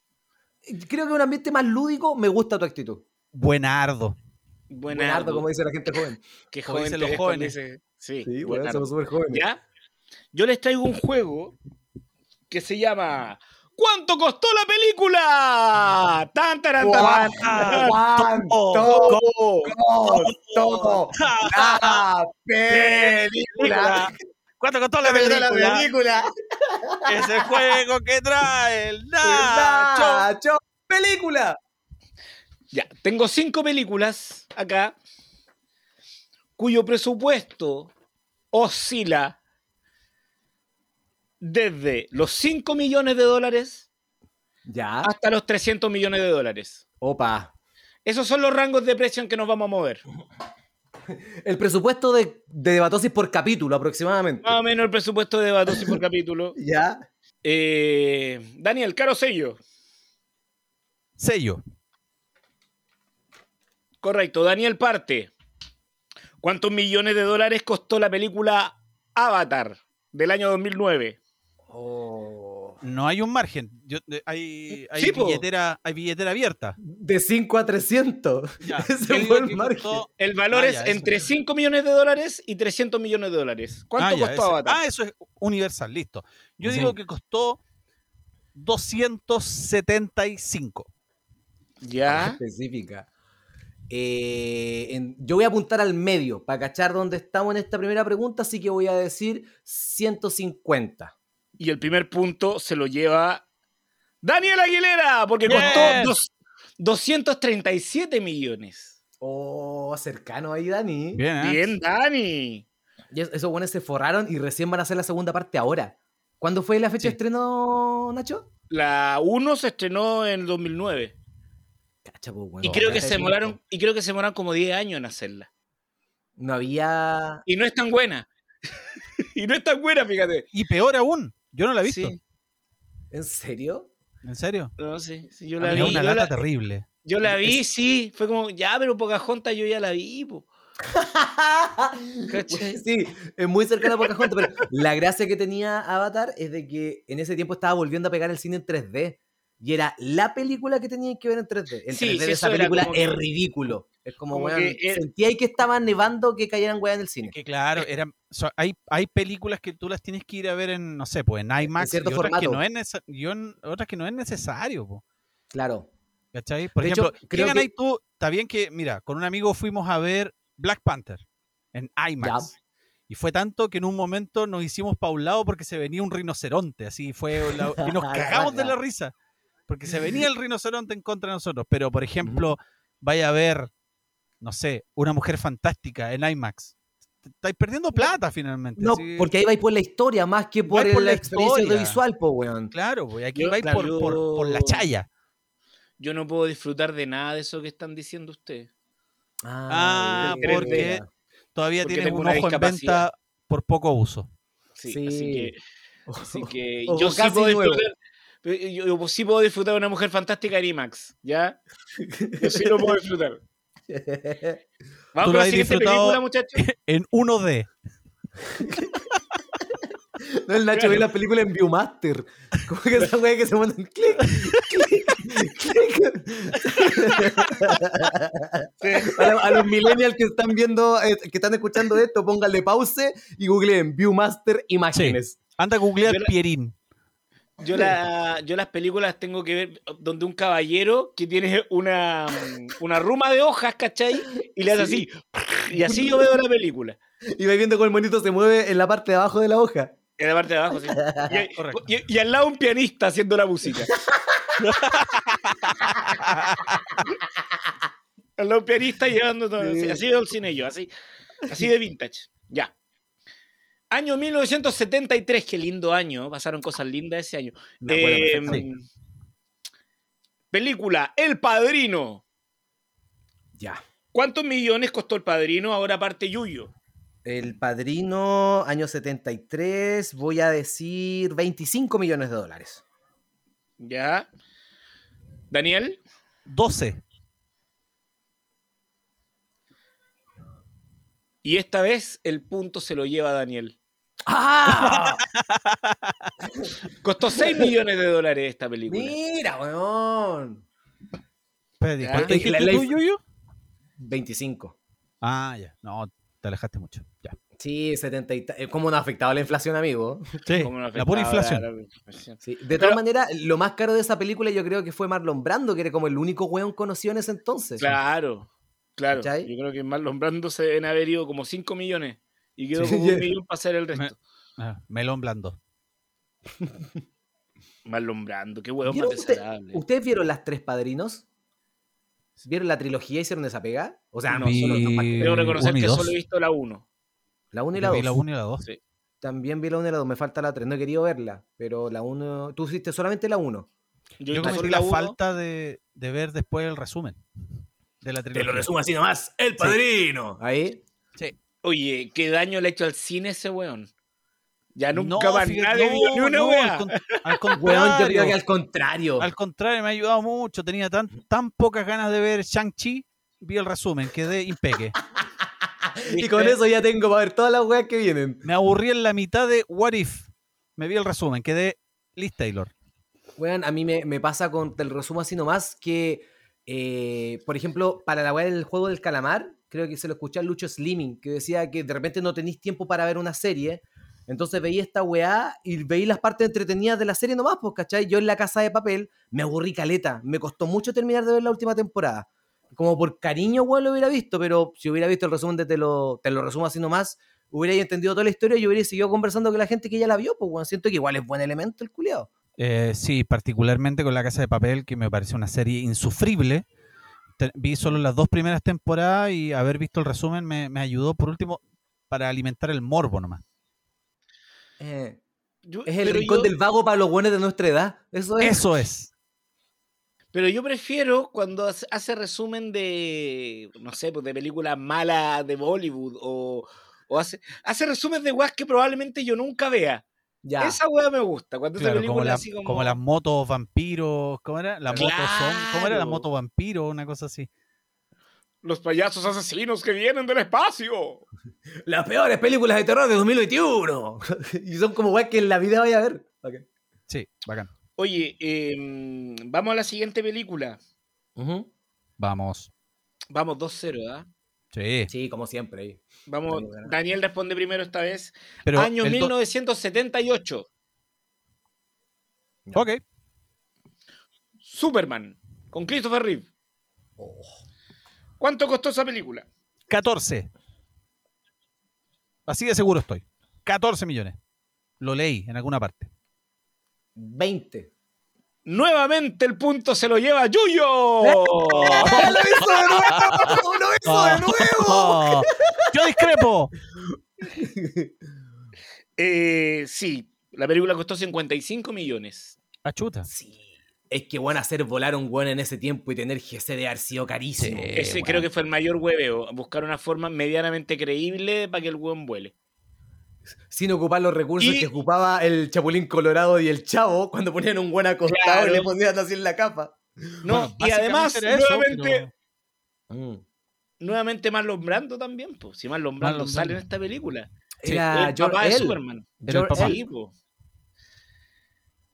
Speaker 4: creo que un ambiente más lúdico me gusta tu actitud.
Speaker 2: Buenardo.
Speaker 4: Buenardo,
Speaker 3: Buenardo,
Speaker 4: como dice la gente joven.
Speaker 3: que
Speaker 2: como
Speaker 3: joven
Speaker 2: dicen
Speaker 3: te
Speaker 2: los
Speaker 3: ves cuando
Speaker 2: jóvenes.
Speaker 3: dices- sí,
Speaker 4: Sí, bueno,
Speaker 3: buenardo.
Speaker 4: somos súper jóvenes.
Speaker 3: ¿Ya? Yo les traigo un juego que se llama ¿Cuánto costó la película? ¡Tan, taran, tan!
Speaker 4: ¡Ah, ¡Cuánto costó la película!
Speaker 2: ¿Cuánto costó la
Speaker 4: ¡La
Speaker 2: película?
Speaker 4: película!
Speaker 2: Ese juego que trae el Nacho.
Speaker 4: ¡Nacho! ¡Película!
Speaker 3: Ya, tengo cinco películas acá cuyo presupuesto oscila desde los 5 millones de dólares
Speaker 4: Ya.
Speaker 3: hasta los 300 millones de dólares.
Speaker 4: Opa.
Speaker 3: Esos son los rangos de precio en que nos vamos a mover.
Speaker 4: El presupuesto de, de Debatosis por capítulo aproximadamente.
Speaker 3: Más o menos el presupuesto de Batosi por capítulo.
Speaker 4: Ya.
Speaker 3: Eh, Daniel, caro sello.
Speaker 2: Sello.
Speaker 3: Correcto, Daniel parte. ¿Cuántos millones de dólares costó la película Avatar del año 2009?
Speaker 4: Oh.
Speaker 2: No hay un margen. Yo- de- hay, hay
Speaker 3: Sí, po.
Speaker 2: billetera, hay billetera abierta.
Speaker 4: De 5 a 300.
Speaker 2: Ya.
Speaker 4: Ese
Speaker 2: Yo digo
Speaker 4: fue el
Speaker 2: que
Speaker 4: margen.
Speaker 2: costó-
Speaker 3: El valor
Speaker 2: Ah,
Speaker 3: es
Speaker 2: ya, eso.
Speaker 3: entre 5 millones de dólares y 300 millones de dólares. ¿Cuánto
Speaker 2: Ah, ya,
Speaker 3: costó
Speaker 2: ese-
Speaker 3: Avatar?
Speaker 2: Ah, eso es universal, listo. Yo
Speaker 4: Sí.
Speaker 2: digo que costó 275. Ah,
Speaker 3: ya.
Speaker 4: Específica. Eh, en- yo voy a apuntar al medio para cachar dónde estamos en esta primera pregunta, así que voy a decir 150.
Speaker 3: Y el primer punto se lo lleva Daniel Aguilera, porque
Speaker 2: Yes.
Speaker 3: costó dos- 237 millones.
Speaker 4: Oh, cercano ahí, Dani.
Speaker 2: Bien, ¿eh?
Speaker 3: Bien, Dani.
Speaker 4: Y es- esos buenos se forraron y recién van a hacer la segunda parte ahora. ¿Cuándo fue la fecha de
Speaker 2: Sí.
Speaker 4: estreno, Nacho?
Speaker 3: La 1 se estrenó en el 2009.
Speaker 4: Cacha, po, weón.
Speaker 3: Y creo que
Speaker 4: Cacha
Speaker 3: se
Speaker 4: de
Speaker 3: demoraron,
Speaker 4: tiempo.
Speaker 3: y creo que se demoraron como 10 años en hacerla.
Speaker 4: No había.
Speaker 3: Y no es tan buena. y no es tan buena, fíjate.
Speaker 2: Y peor aún, yo no la he visto.
Speaker 3: Sí.
Speaker 4: ¿En serio?
Speaker 2: ¿En serio?
Speaker 3: No, sí, sí, yo
Speaker 2: A
Speaker 3: la vi.
Speaker 2: mí es Ah, una
Speaker 3: yo,
Speaker 2: lata
Speaker 3: la,
Speaker 2: terrible.
Speaker 3: yo la vi, sí. Fue como, ya, pero Pocahontas yo ya la vi, po. ¿Cachai?
Speaker 4: sí, es muy cercano a Pocahontas, pero la gracia que tenía Avatar es de que en ese tiempo estaba volviendo a pegar el cine en 3D. Y era la película que tenían que ver en 3D. El
Speaker 3: Sí,
Speaker 4: 3D
Speaker 3: sí,
Speaker 4: de esa
Speaker 3: eso era
Speaker 4: película
Speaker 3: como que-
Speaker 4: es ridículo. Es como,
Speaker 3: como
Speaker 4: weón,
Speaker 3: que era-
Speaker 4: sentía ahí que estaba nevando que cayeran weón en el cine.
Speaker 2: Que claro, eran, so- hay, hay películas que tú las tienes que ir a ver en, no sé, pues en IMAX
Speaker 4: cierto
Speaker 2: y otras que,
Speaker 4: formato.
Speaker 2: no es nece- y en- otras que no es necesario, po,
Speaker 4: Claro.
Speaker 2: ¿cachai? Por
Speaker 4: De hecho,
Speaker 2: ejemplo, ¿qué
Speaker 4: creo que-
Speaker 2: ganáis tú? Está bien que, mira, con un amigo fuimos a ver Black Panther en IMAX. Y fue tanto que en un momento nos hicimos pa' un lado porque se venía un rinoceronte, así fue, la- y nos
Speaker 4: La
Speaker 2: cagamos de
Speaker 4: raja.
Speaker 2: la risa, porque se venía el rinoceronte en contra de nosotros. Pero, por ejemplo, vaya a ver, no sé, una mujer fantástica en IMAX. Te- Estáis perdiendo plata finalmente.
Speaker 4: No,
Speaker 2: así-
Speaker 4: porque ahí vais por la historia más que por,
Speaker 2: por
Speaker 4: el-
Speaker 2: la
Speaker 4: la experiencia
Speaker 2: historia.
Speaker 4: audiovisual, po, weón.
Speaker 2: Claro, pues aquí
Speaker 3: Yo-
Speaker 2: vais
Speaker 3: claro,
Speaker 2: por, por-
Speaker 3: yo-
Speaker 2: por la chaya.
Speaker 3: Yo no puedo disfrutar de nada de eso que están diciendo ustedes.
Speaker 2: Ah,
Speaker 4: ya, ya, ya.
Speaker 2: porque- Todavía
Speaker 3: Porque
Speaker 2: tienes
Speaker 3: tengo
Speaker 2: un
Speaker 3: una
Speaker 2: ojo en
Speaker 3: discapacidad.
Speaker 2: venta por poco uso.
Speaker 3: Sí,
Speaker 4: Sí.
Speaker 3: así que, así que
Speaker 4: Ojo,
Speaker 3: yo sí
Speaker 4: casi
Speaker 3: puedo
Speaker 4: nuevo.
Speaker 3: disfrutar. Yo, yo sí puedo disfrutar de una mujer fantástica en IMAX, ¿ya? Yo sí lo puedo disfrutar.
Speaker 2: lo
Speaker 3: Vamos con la
Speaker 2: has
Speaker 3: siguiente
Speaker 2: disfrutado-
Speaker 3: película, muchachos.
Speaker 2: En 1D.
Speaker 4: No, el Nacho ve la película en Viewmaster. Como que esa wea que se mandan clic, clic, clic. A, la- a los millennials que están viendo, eh, que están escuchando esto, pónganle pause y googleen Viewmaster imágenes.
Speaker 2: Anda a googlear
Speaker 3: Yo la-
Speaker 2: Pierín.
Speaker 3: Yo, la- yo las películas tengo que ver donde un caballero que tiene una, mm, una ruma de hojas, ¿cachai? Y le hace así. Y así yo veo la película.
Speaker 4: Y vais viendo cómo el monito se mueve en la parte de abajo de la hoja.
Speaker 3: En la parte de abajo, sí. Y-
Speaker 2: Correcto.
Speaker 3: Y, y al lado un pianista haciendo la música. al lado un pianista llevando todo. Así, así de Dolcine yo, así, así de vintage. Ya. Año 1973, qué lindo año. Pasaron cosas lindas ese año.
Speaker 4: Me acuerdo
Speaker 3: Eh,
Speaker 4: perfectamente.
Speaker 3: película El Padrino.
Speaker 4: Ya.
Speaker 3: ¿Cuántos millones costó El Padrino? Ahora parte Yuyo.
Speaker 4: El padrino, año 73, voy a decir 25 millones de dólares.
Speaker 3: ¿Ya? ¿Daniel?
Speaker 2: 12.
Speaker 3: Y esta vez el punto se lo lleva Daniel.
Speaker 4: ¡Ah!
Speaker 3: Costó 6 millones de dólares esta película.
Speaker 4: Mira, weón.
Speaker 2: Espérate,
Speaker 3: Ya.
Speaker 2: ¿cuánto dijiste
Speaker 4: La- la-
Speaker 2: tú, Yuyo?
Speaker 4: 25.
Speaker 2: Ah, ya. No, te alejaste mucho. Ya.
Speaker 4: Sí, 70 y ta- eh, ¿Cómo no ha afectado la inflación, amigo?
Speaker 2: Sí,
Speaker 3: ¿Cómo no afectaba
Speaker 2: la pura inflación.
Speaker 3: la inflación?
Speaker 4: Sí, De
Speaker 3: Pero-
Speaker 4: todas maneras, lo más caro de esa película yo creo que fue Marlon Brando, que era como el único weón conocido en ese entonces.
Speaker 3: Claro, claro.
Speaker 4: ¿Cachai?
Speaker 3: Yo creo que en Marlon Brando se deben haber ido como 5 millones y quedó
Speaker 4: Sí,
Speaker 3: como
Speaker 4: ya.
Speaker 3: un millón para hacer el resto.
Speaker 2: Ah, melón blando.
Speaker 3: Marlon Brando, qué huevo más
Speaker 4: ¿Vieron usted-
Speaker 3: desagradable.
Speaker 4: ¿Ustedes vieron las tres padrinos? ¿Vieron la trilogía y hicieron esa pegada? O sea,
Speaker 3: No,
Speaker 4: no,
Speaker 3: Vi-
Speaker 4: solo los dos
Speaker 2: eh,
Speaker 3: Debo
Speaker 4: paquetes.
Speaker 3: reconocer
Speaker 2: uno y
Speaker 3: que
Speaker 2: dos.
Speaker 3: solo he visto la 1.
Speaker 4: La 1 y la
Speaker 2: Yo vi
Speaker 4: 2.
Speaker 2: La 1 y la 2.
Speaker 3: Sí.
Speaker 4: También vi la 1 y la 2. Me falta la 3. No he querido verla, pero la 1. Tú hiciste solamente la 1.
Speaker 3: Yo, he
Speaker 2: Yo
Speaker 3: visto solo
Speaker 2: cometí la
Speaker 3: uno.
Speaker 2: falta de, de ver después el resumen de la trilogía.
Speaker 4: así nomás. El padrino. Ahí.
Speaker 3: Oye, qué daño le ha hecho al cine ese weón. Ya nunca
Speaker 2: no,
Speaker 3: más
Speaker 2: fíjate,
Speaker 3: nadie
Speaker 2: no,
Speaker 3: vio ni una
Speaker 2: no,
Speaker 3: wea.
Speaker 2: al, con- al
Speaker 4: Weón, yo creo
Speaker 2: contrario,
Speaker 4: que al contrario.
Speaker 2: al contrario, me ha ayudado mucho. Tenía tan, tan pocas ganas de ver Shang-Chi, vi el resumen, quedé impeque.
Speaker 4: Y con eso ya tengo para ver todas las weas que vienen.
Speaker 2: Me aburrí en la mitad de What If. Me vi el resumen, quedé Liz Taylor.
Speaker 4: Weón, a mí me, me pasa con el resumo así nomás que, eh, por ejemplo, para la weá del juego del calamar, creo que se lo escuché a Lucho Slimming, que decía que de repente no tenéis tiempo para ver una serie. Entonces veía esta weá y veía las partes entretenidas de la serie nomás, pues, ¿cachai? Yo en la casa de papel me aburrí caleta. Me costó mucho terminar de ver la última temporada. Como por cariño, weón, lo hubiera visto, pero si hubiera visto el resumen de te lo, te lo resumo así nomás, hubiera entendido toda la historia y hubiera seguido conversando con la gente que ya la vio, pues, weón. Siento que igual es buen elemento el culiado.
Speaker 2: Eh, sí, particularmente con La Casa de Papel, que me parece una serie insufrible. Te- vi solo las dos primeras temporadas y haber visto el resumen me, me ayudó, por último, para alimentar el morbo nomás.
Speaker 4: Eh,
Speaker 3: Yo-
Speaker 4: es el
Speaker 3: pero
Speaker 4: rincón
Speaker 3: yo-
Speaker 4: del vago para los buenos de nuestra edad. Eso
Speaker 3: Pues,
Speaker 4: es.
Speaker 2: Eso es.
Speaker 3: Pero yo prefiero cuando hace- hace resumen de, no sé, pues de películas malas de Bollywood o, o hace, hace resumen de weas que probablemente yo nunca vea.
Speaker 4: Ya.
Speaker 3: Esa wea me gusta. Cuando
Speaker 2: Claro,
Speaker 3: esa película
Speaker 2: como, la-
Speaker 3: así como...
Speaker 2: como las motos vampiros, ¿cómo era? La moto zom- ¿Cómo era la
Speaker 3: Claro.
Speaker 2: moto vampiro? Una cosa así.
Speaker 3: Los payasos asesinos que vienen del espacio.
Speaker 4: Las peores películas de terror de 2021. y son como weas que en la vida vaya a ver. Ok.
Speaker 2: Sí, bacán.
Speaker 3: Oye, em, vamos a la siguiente película.
Speaker 2: Vamos.
Speaker 3: Vamos 2-0, ¿ah?
Speaker 2: Sí.
Speaker 4: Sí, como siempre. ahí.
Speaker 3: Vamos,
Speaker 4: Daniel gana.
Speaker 3: Daniel responde primero esta vez.
Speaker 2: Pero
Speaker 3: Año
Speaker 2: el do-
Speaker 3: 1978.
Speaker 2: Ok.
Speaker 3: Superman, con Christopher Reeve.
Speaker 2: Oh.
Speaker 3: ¿Cuánto costó esa película?
Speaker 2: 14. Así de seguro estoy. 14 millones. Lo leí en alguna parte.
Speaker 4: 20.
Speaker 3: Nuevamente el punto se lo lleva Yuyo. ¡Oh,
Speaker 4: ¡Ah, ¡Lo hizo de nuevo! ¡Lo hizo de nuevo!
Speaker 2: Oh, yo discrepo.
Speaker 3: Eh, sí, la película costó 55 millones.
Speaker 2: Achuta.
Speaker 4: Sí. Es que bueno hacer volar a un weón en ese tiempo y tener GC de haber sido carísimo.
Speaker 2: Sí.
Speaker 3: Ese
Speaker 2: Eh, bueno.
Speaker 3: creo que fue el mayor hueveo. Buscar una forma medianamente creíble para que el hueón vuele.
Speaker 4: Sin ocupar los recursos
Speaker 3: Y-
Speaker 4: que ocupaba el Chapulín Colorado y el Chavo cuando ponían un buen acostado
Speaker 3: Claro.
Speaker 4: y le ponían así en la capa.
Speaker 3: No,
Speaker 2: Bueno,
Speaker 3: y
Speaker 2: básicamente
Speaker 3: además,
Speaker 2: era eso,
Speaker 3: nuevamente,
Speaker 2: pero-
Speaker 4: Mm.
Speaker 3: nuevamente Marlon Brando también. Pues. Si Marlon Brando
Speaker 2: Marlon
Speaker 3: sale en
Speaker 2: Brando.
Speaker 3: esta película. Sí,
Speaker 4: Era
Speaker 3: el
Speaker 4: Jor
Speaker 3: papá de
Speaker 4: El.
Speaker 3: Superman.
Speaker 2: Era el
Speaker 4: Jor
Speaker 2: papá.
Speaker 4: El.
Speaker 3: Sí, po.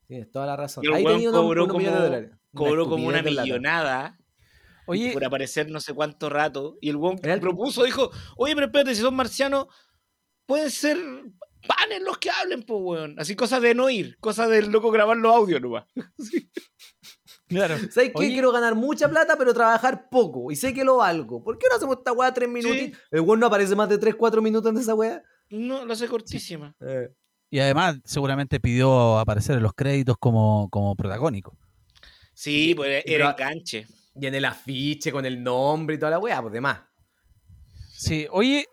Speaker 4: Tienes toda la razón.
Speaker 3: Y el
Speaker 4: Ahí
Speaker 3: weón
Speaker 4: tenía unos-
Speaker 3: cobró
Speaker 4: unos millones
Speaker 3: como-
Speaker 4: de dólares. Una
Speaker 3: Cobró como una
Speaker 4: estupidez de plata.
Speaker 3: millonada
Speaker 4: Oye,
Speaker 3: por aparecer no sé cuánto rato. Y el weón
Speaker 4: Era el-
Speaker 3: propuso, dijo, oye, pero espérate, si son marcianos, pueden ser panes los que hablen, pues, weón. Así cosas de no ir, cosas del loco grabar los audios nomás.
Speaker 2: Claro.
Speaker 4: ¿sabes qué?
Speaker 2: Oye.
Speaker 4: Quiero ganar mucha plata, pero trabajar poco. Y sé que lo valgo. ¿Por qué no hacemos esta weá tres minutos?
Speaker 3: Sí.
Speaker 4: El weón no aparece más de tres, cuatro minutos en esa weá.
Speaker 3: No, lo hace cortísima.
Speaker 4: Eh,
Speaker 2: Y además, seguramente pidió aparecer en los créditos como, como protagónico.
Speaker 3: Sí, pues era,
Speaker 4: pero-
Speaker 3: era enganche.
Speaker 4: Y en el afiche con el nombre y toda la weá, pues demás.
Speaker 2: Sí, oye,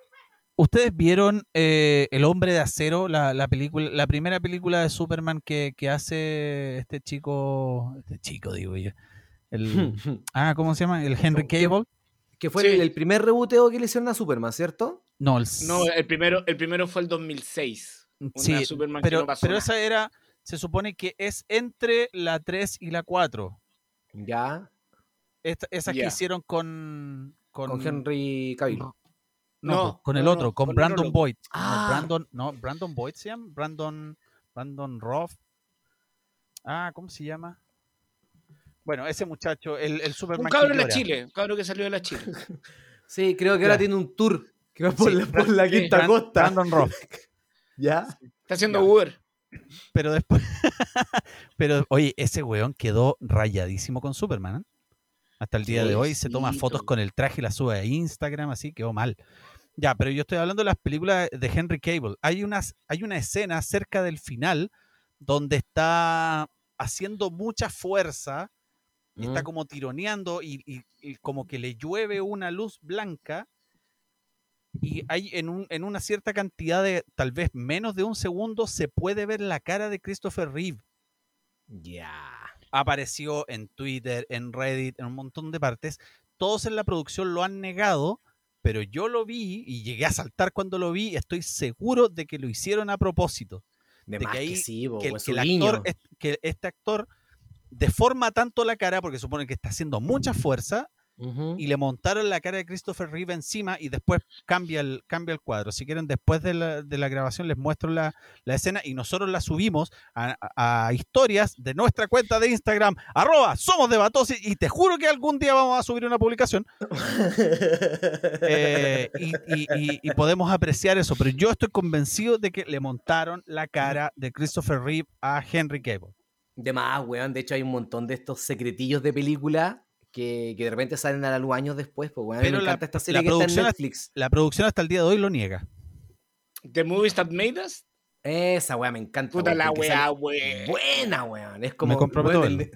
Speaker 2: ¿ustedes vieron eh, El Hombre de Acero, la, la película, la primera película de Superman que, que hace este chico, este chico digo yo,
Speaker 3: Hmm.
Speaker 2: el, ah, ¿cómo se llama? El Henry
Speaker 4: ¿Qué-
Speaker 2: Cable.
Speaker 4: que fue
Speaker 3: Sí.
Speaker 4: el, el primer reboteo que le hicieron a Superman, ¿cierto?
Speaker 2: No, el,
Speaker 3: No, el primero, el primero fue el 2006. Una
Speaker 2: sí,
Speaker 3: Superman que
Speaker 2: pero,
Speaker 3: no pasó
Speaker 2: pero
Speaker 3: nada.
Speaker 2: esa era, se supone que es entre la 3 y la 4.
Speaker 4: Ya.
Speaker 2: Esta- esas
Speaker 3: Ya.
Speaker 2: que hicieron con, con,
Speaker 4: Con Henry Cavill.
Speaker 2: no, pues,
Speaker 3: No,
Speaker 2: con el
Speaker 3: no,
Speaker 2: otro,
Speaker 3: no,
Speaker 2: con,
Speaker 3: con el
Speaker 2: Brandon
Speaker 3: otro.
Speaker 2: Boyd. No,
Speaker 4: Ah.
Speaker 2: Brandon, no, Brandon Boyd se llama, Brandon, Brandon Roth. Ah, ¿cómo se llama? Bueno, ese muchacho, el, el Superman.
Speaker 3: Un
Speaker 2: que
Speaker 3: cabrón de la
Speaker 2: llora.
Speaker 3: Chile, un cabrón que salió de la Chile.
Speaker 4: Sí, creo que
Speaker 2: Ya.
Speaker 4: ahora tiene un tour que va por,
Speaker 2: Sí,
Speaker 4: la, por la
Speaker 3: sí,
Speaker 4: quinta
Speaker 2: Bran-
Speaker 4: costa.
Speaker 2: Brandon Roth.
Speaker 4: Ya.
Speaker 3: Está haciendo
Speaker 4: Ya.
Speaker 3: Uber.
Speaker 2: Pero después. pero, oye, ese weón quedó rayadísimo con Superman. ¿eh? Hasta el día de hoy se toma
Speaker 3: Pobrecito.
Speaker 2: fotos con el traje y las sube a Instagram, así quedó mal. Ya, pero yo estoy hablando de las películas de Henry Cable. Hay, unas, hay una escena cerca del final donde está haciendo mucha fuerza y está
Speaker 4: Mm.
Speaker 2: como tironeando y, y- y como que le llueve una luz blanca y hay en, un- en una cierta cantidad de tal vez menos de un segundo se puede ver la cara de Christopher Reeve.
Speaker 4: Ya.
Speaker 2: Apareció en Twitter, en Reddit, en un montón de partes. Todos en la producción lo han negado, pero yo lo vi y llegué a saltar cuando lo vi. y Estoy seguro de que lo hicieron a propósito
Speaker 4: De,
Speaker 2: que
Speaker 4: más que,
Speaker 2: ahí-
Speaker 4: sí, bo,
Speaker 2: que, el-
Speaker 4: es
Speaker 2: que
Speaker 4: un
Speaker 2: el
Speaker 4: niño.
Speaker 2: actor, es- que este actor deforma tanto la cara porque supone que está haciendo mucha fuerza
Speaker 4: Ujú.
Speaker 2: y le montaron la cara de Christopher Reeve encima y después cambia el, cambia el cuadro. Si quieren, después de la, de la grabación les muestro la, la escena y nosotros la subimos a, a- a historias de nuestra cuenta de Instagram, arroba somos de Batosis y te juro que algún día vamos a subir una publicación eh, y, y- y- y podemos apreciar eso. Pero yo estoy convencido de que le montaron la cara de Christopher Reeve a Henry Cable.
Speaker 4: De más, weón. De hecho, hay un montón de estos secretillos de película que, que de repente salen a la luz años después. Pues, weón. A mí
Speaker 2: Pero
Speaker 4: me
Speaker 2: la-
Speaker 4: encanta esta
Speaker 2: la
Speaker 4: serie que está en
Speaker 2: producción-
Speaker 4: Netflix.
Speaker 2: La producción hasta el día de hoy lo niega.
Speaker 3: The Movies That Made Us.
Speaker 4: Esa weá me encanta.
Speaker 3: Puta
Speaker 4: weón,
Speaker 3: la
Speaker 4: porque sale-
Speaker 3: weá, weón.
Speaker 4: Buena, weón. Es como.
Speaker 2: comprometo
Speaker 4: weón, el-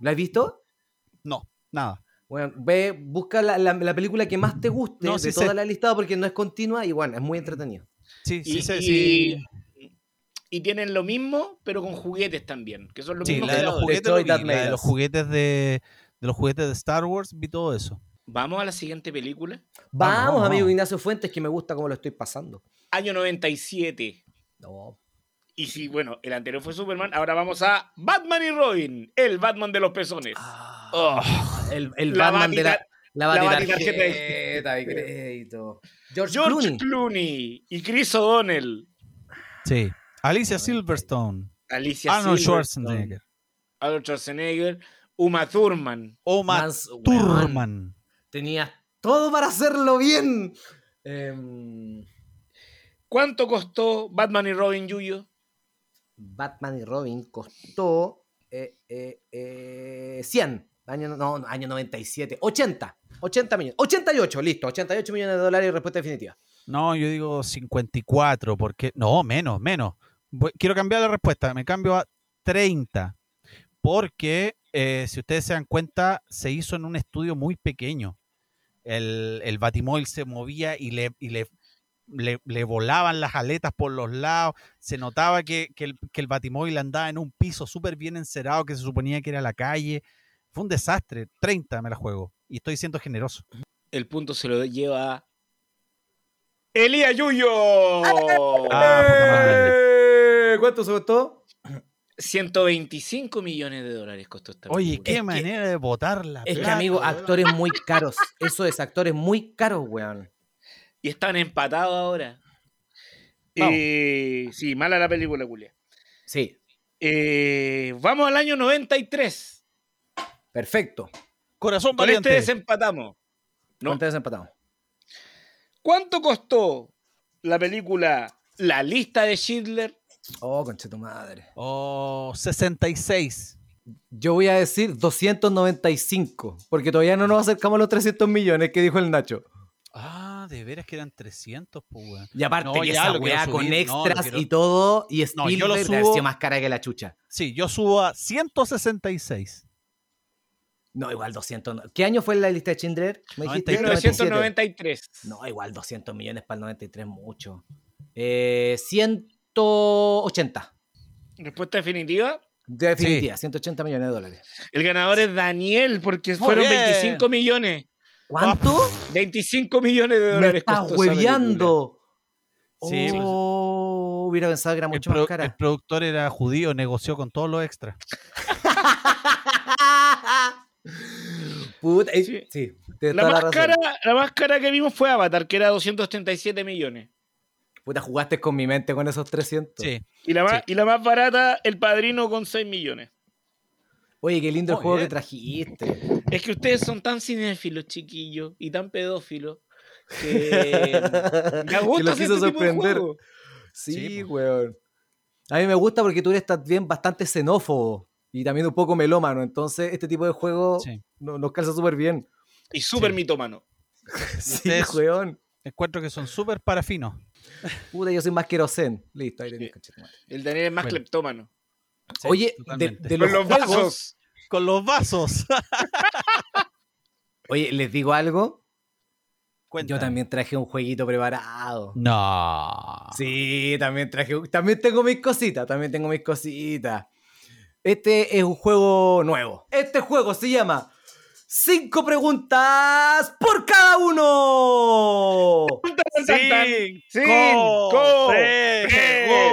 Speaker 4: ¿La has visto?
Speaker 2: No, nada.
Speaker 4: Bueno, ve, busca la, la- la película que más te guste
Speaker 2: No,
Speaker 4: de
Speaker 2: sí
Speaker 4: toda
Speaker 2: sé.
Speaker 4: la listada porque no es continua y bueno, es muy entretenido.
Speaker 2: Sí, sí,
Speaker 3: Y-
Speaker 2: sí,
Speaker 3: y-
Speaker 2: sí.
Speaker 3: Y tienen lo mismo, pero con juguetes también. Que son los
Speaker 2: Sí,
Speaker 3: mismos
Speaker 2: la de los
Speaker 3: creadores.
Speaker 2: juguetes,
Speaker 4: Destroy
Speaker 2: lo vi,
Speaker 4: That
Speaker 2: la de
Speaker 4: Made
Speaker 2: los
Speaker 4: Us.
Speaker 2: juguetes de, de los juguetes de Star Wars, vi todo eso.
Speaker 3: Vamos a la siguiente película.
Speaker 4: Vamos,
Speaker 2: vamos,
Speaker 4: amigo
Speaker 2: vamos.
Speaker 4: Ignacio Fuentes, que me gusta cómo lo estoy pasando.
Speaker 3: Año 97.
Speaker 4: No.
Speaker 3: Y si, bueno, el anterior fue Superman, ahora vamos a Batman y Robin, el Batman de los pezones.
Speaker 2: Ah,
Speaker 3: Oh,
Speaker 4: el el
Speaker 3: la
Speaker 4: Batman de la,
Speaker 3: batita- la
Speaker 4: la, batitarjeta
Speaker 3: batitarjeta
Speaker 4: de crédito. George,
Speaker 3: George
Speaker 4: Clooney.
Speaker 3: Clooney y Chris O'Donnell.
Speaker 2: Sí. Alicia Silverstone,
Speaker 3: Alicia
Speaker 2: Arnold
Speaker 3: Silverstone,
Speaker 2: Schwarzenegger,
Speaker 3: Arnold Schwarzenegger, Uma Thurman.
Speaker 2: Oma
Speaker 4: Mans- weón,
Speaker 2: Thurman.
Speaker 4: Tenía todo para hacerlo bien. Em,
Speaker 3: ¿Cuánto costó Batman y Robin Yuyo?
Speaker 4: Batman y Robin costó eh, eh, eh, 100. Año, no, no, año 97. 80. 80 millones. 88, listo. 88 millones de dólares y respuesta definitiva.
Speaker 2: No, yo digo 54, porque. No, menos, menos. Voy- Quiero cambiar la respuesta, me cambio a 30. Porque, eh, si ustedes se dan cuenta, se hizo en un estudio muy pequeño. El, el batimóvil se movía y le, y le, le- le volaban las aletas por los lados. Se notaba que, que el, que el batimóvil andaba en un piso súper bien encerado, que se suponía que era la calle. Fue un desastre. 30 me la juego. Y estoy siendo generoso.
Speaker 3: El punto se lo lleva Elía Yuyo.
Speaker 2: Ah, puta madre.
Speaker 4: Eh, ¿Cuánto se costó?
Speaker 3: 125 millones de dólares costó esta
Speaker 2: Oye,
Speaker 3: película.
Speaker 2: qué
Speaker 4: Es que-
Speaker 2: manera de botar la
Speaker 4: Es que,
Speaker 2: plata,
Speaker 4: amigo,
Speaker 2: weón.
Speaker 4: actores muy caros. Eso es, actores muy caros, weón.
Speaker 3: Y están empatados ahora.
Speaker 2: Vamos.
Speaker 3: Eh, sí, mala la película, Julia.
Speaker 4: Sí,
Speaker 3: eh, vamos al año 93.
Speaker 4: perfecto.
Speaker 2: Corazón
Speaker 3: Con este
Speaker 2: valiente.
Speaker 3: desempatamos. No.
Speaker 4: ¿Cuántas veces empatamos?
Speaker 3: ¿Cuánto costó la película La lista de Schindler?
Speaker 4: Oh, conche tu madre.
Speaker 2: Oh, 66.
Speaker 4: Yo voy a decir 295, porque todavía no nos acercamos a los 300 millones que dijo el Nacho.
Speaker 2: Ah, de veras que eran 300, pues, weón.
Speaker 4: Y aparte,
Speaker 2: No,
Speaker 4: que
Speaker 2: ya,
Speaker 4: esa
Speaker 2: lo quiero
Speaker 4: weá
Speaker 2: subir.
Speaker 4: con
Speaker 2: No, lo
Speaker 4: extras
Speaker 2: quiero-
Speaker 4: y todo, y
Speaker 2: No, yo lo
Speaker 4: Spielberg
Speaker 2: subo-
Speaker 4: debe haber sido más cara que la chucha.
Speaker 2: Sí, yo subo a 166.
Speaker 4: No, igual 200. no- ¿Qué año fue la lista de Schindler? Me dijiste
Speaker 2: 97.
Speaker 3: 1993.
Speaker 4: No, igual 200 millones para el 93, mucho. Eh, 180.
Speaker 3: Respuesta definitiva.
Speaker 4: Definitiva, 180 millones de dólares.
Speaker 3: El ganador es Daniel, porque
Speaker 2: Muy
Speaker 3: fueron
Speaker 2: bien.
Speaker 3: 25 millones.
Speaker 4: ¿Cuánto?
Speaker 2: Ah,
Speaker 3: 25 millones de
Speaker 4: ¡Me
Speaker 3: dólares.
Speaker 4: estás
Speaker 3: costó esa
Speaker 4: hueveando!
Speaker 2: Sí, pues.
Speaker 4: Oh, hubiera pensado que era
Speaker 2: El,
Speaker 4: mucho más
Speaker 2: pro- el
Speaker 4: cara.
Speaker 2: productor era judío, negoció con todos los extras.
Speaker 4: Puta, eh,
Speaker 3: Sí.
Speaker 4: sí. tienes
Speaker 3: película. La
Speaker 4: toda la
Speaker 3: más,
Speaker 4: razón.
Speaker 3: cara, la más cara que vimos fue Avatar, que era 237 millones.
Speaker 4: Puta, jugaste con mi mente con esos 300.
Speaker 2: Sí.
Speaker 3: Y la, más, y la más barata, El Padrino con 6 millones.
Speaker 4: Oye, qué lindo el
Speaker 2: Muy
Speaker 4: juego
Speaker 3: eh.
Speaker 2: bien.
Speaker 4: que trajiste.
Speaker 3: Es que ustedes son tan cinéfilos, chiquillos, y tan pedófilos, que mm, me
Speaker 4: Que
Speaker 3: gusta
Speaker 4: lo
Speaker 3: hacer
Speaker 4: quiso
Speaker 3: este tipo de
Speaker 4: sorprender.
Speaker 3: juego. pues.
Speaker 4: Sí,
Speaker 2: Sí, po.
Speaker 4: weón. A mí me gusta porque tú eres también bastante xenófobo y también un poco melómano. Entonces, este tipo de juego
Speaker 2: Sí.
Speaker 4: no- nos calza súper bien.
Speaker 3: Y súper
Speaker 2: Sí.
Speaker 3: mitómano.
Speaker 4: Sí,
Speaker 2: Ustedes-
Speaker 4: weón.
Speaker 2: Encuentro que son súper parafinos.
Speaker 4: Puta, yo soy más querosen. Listo, ahí tenés,
Speaker 3: Sí.
Speaker 4: conchetumare.
Speaker 3: El Daniel es más
Speaker 2: Bueno.
Speaker 3: cleptómano.
Speaker 2: Sí,
Speaker 4: Oye, de,
Speaker 2: totalmente.
Speaker 3: Con
Speaker 4: de los,
Speaker 3: los
Speaker 4: juegos-
Speaker 3: vasos.
Speaker 2: con los vasos.
Speaker 4: Oye, les digo algo.
Speaker 2: Cuéntame.
Speaker 4: Yo también traje un jueguito preparado.
Speaker 2: No.
Speaker 4: Sí, también traje. También tengo mis cositas, también tengo mis cositas. Este es un juego nuevo. Este juego se llama Cinco preguntas por cada uno.
Speaker 3: Tan, tan, tan. Cinco
Speaker 2: Cinco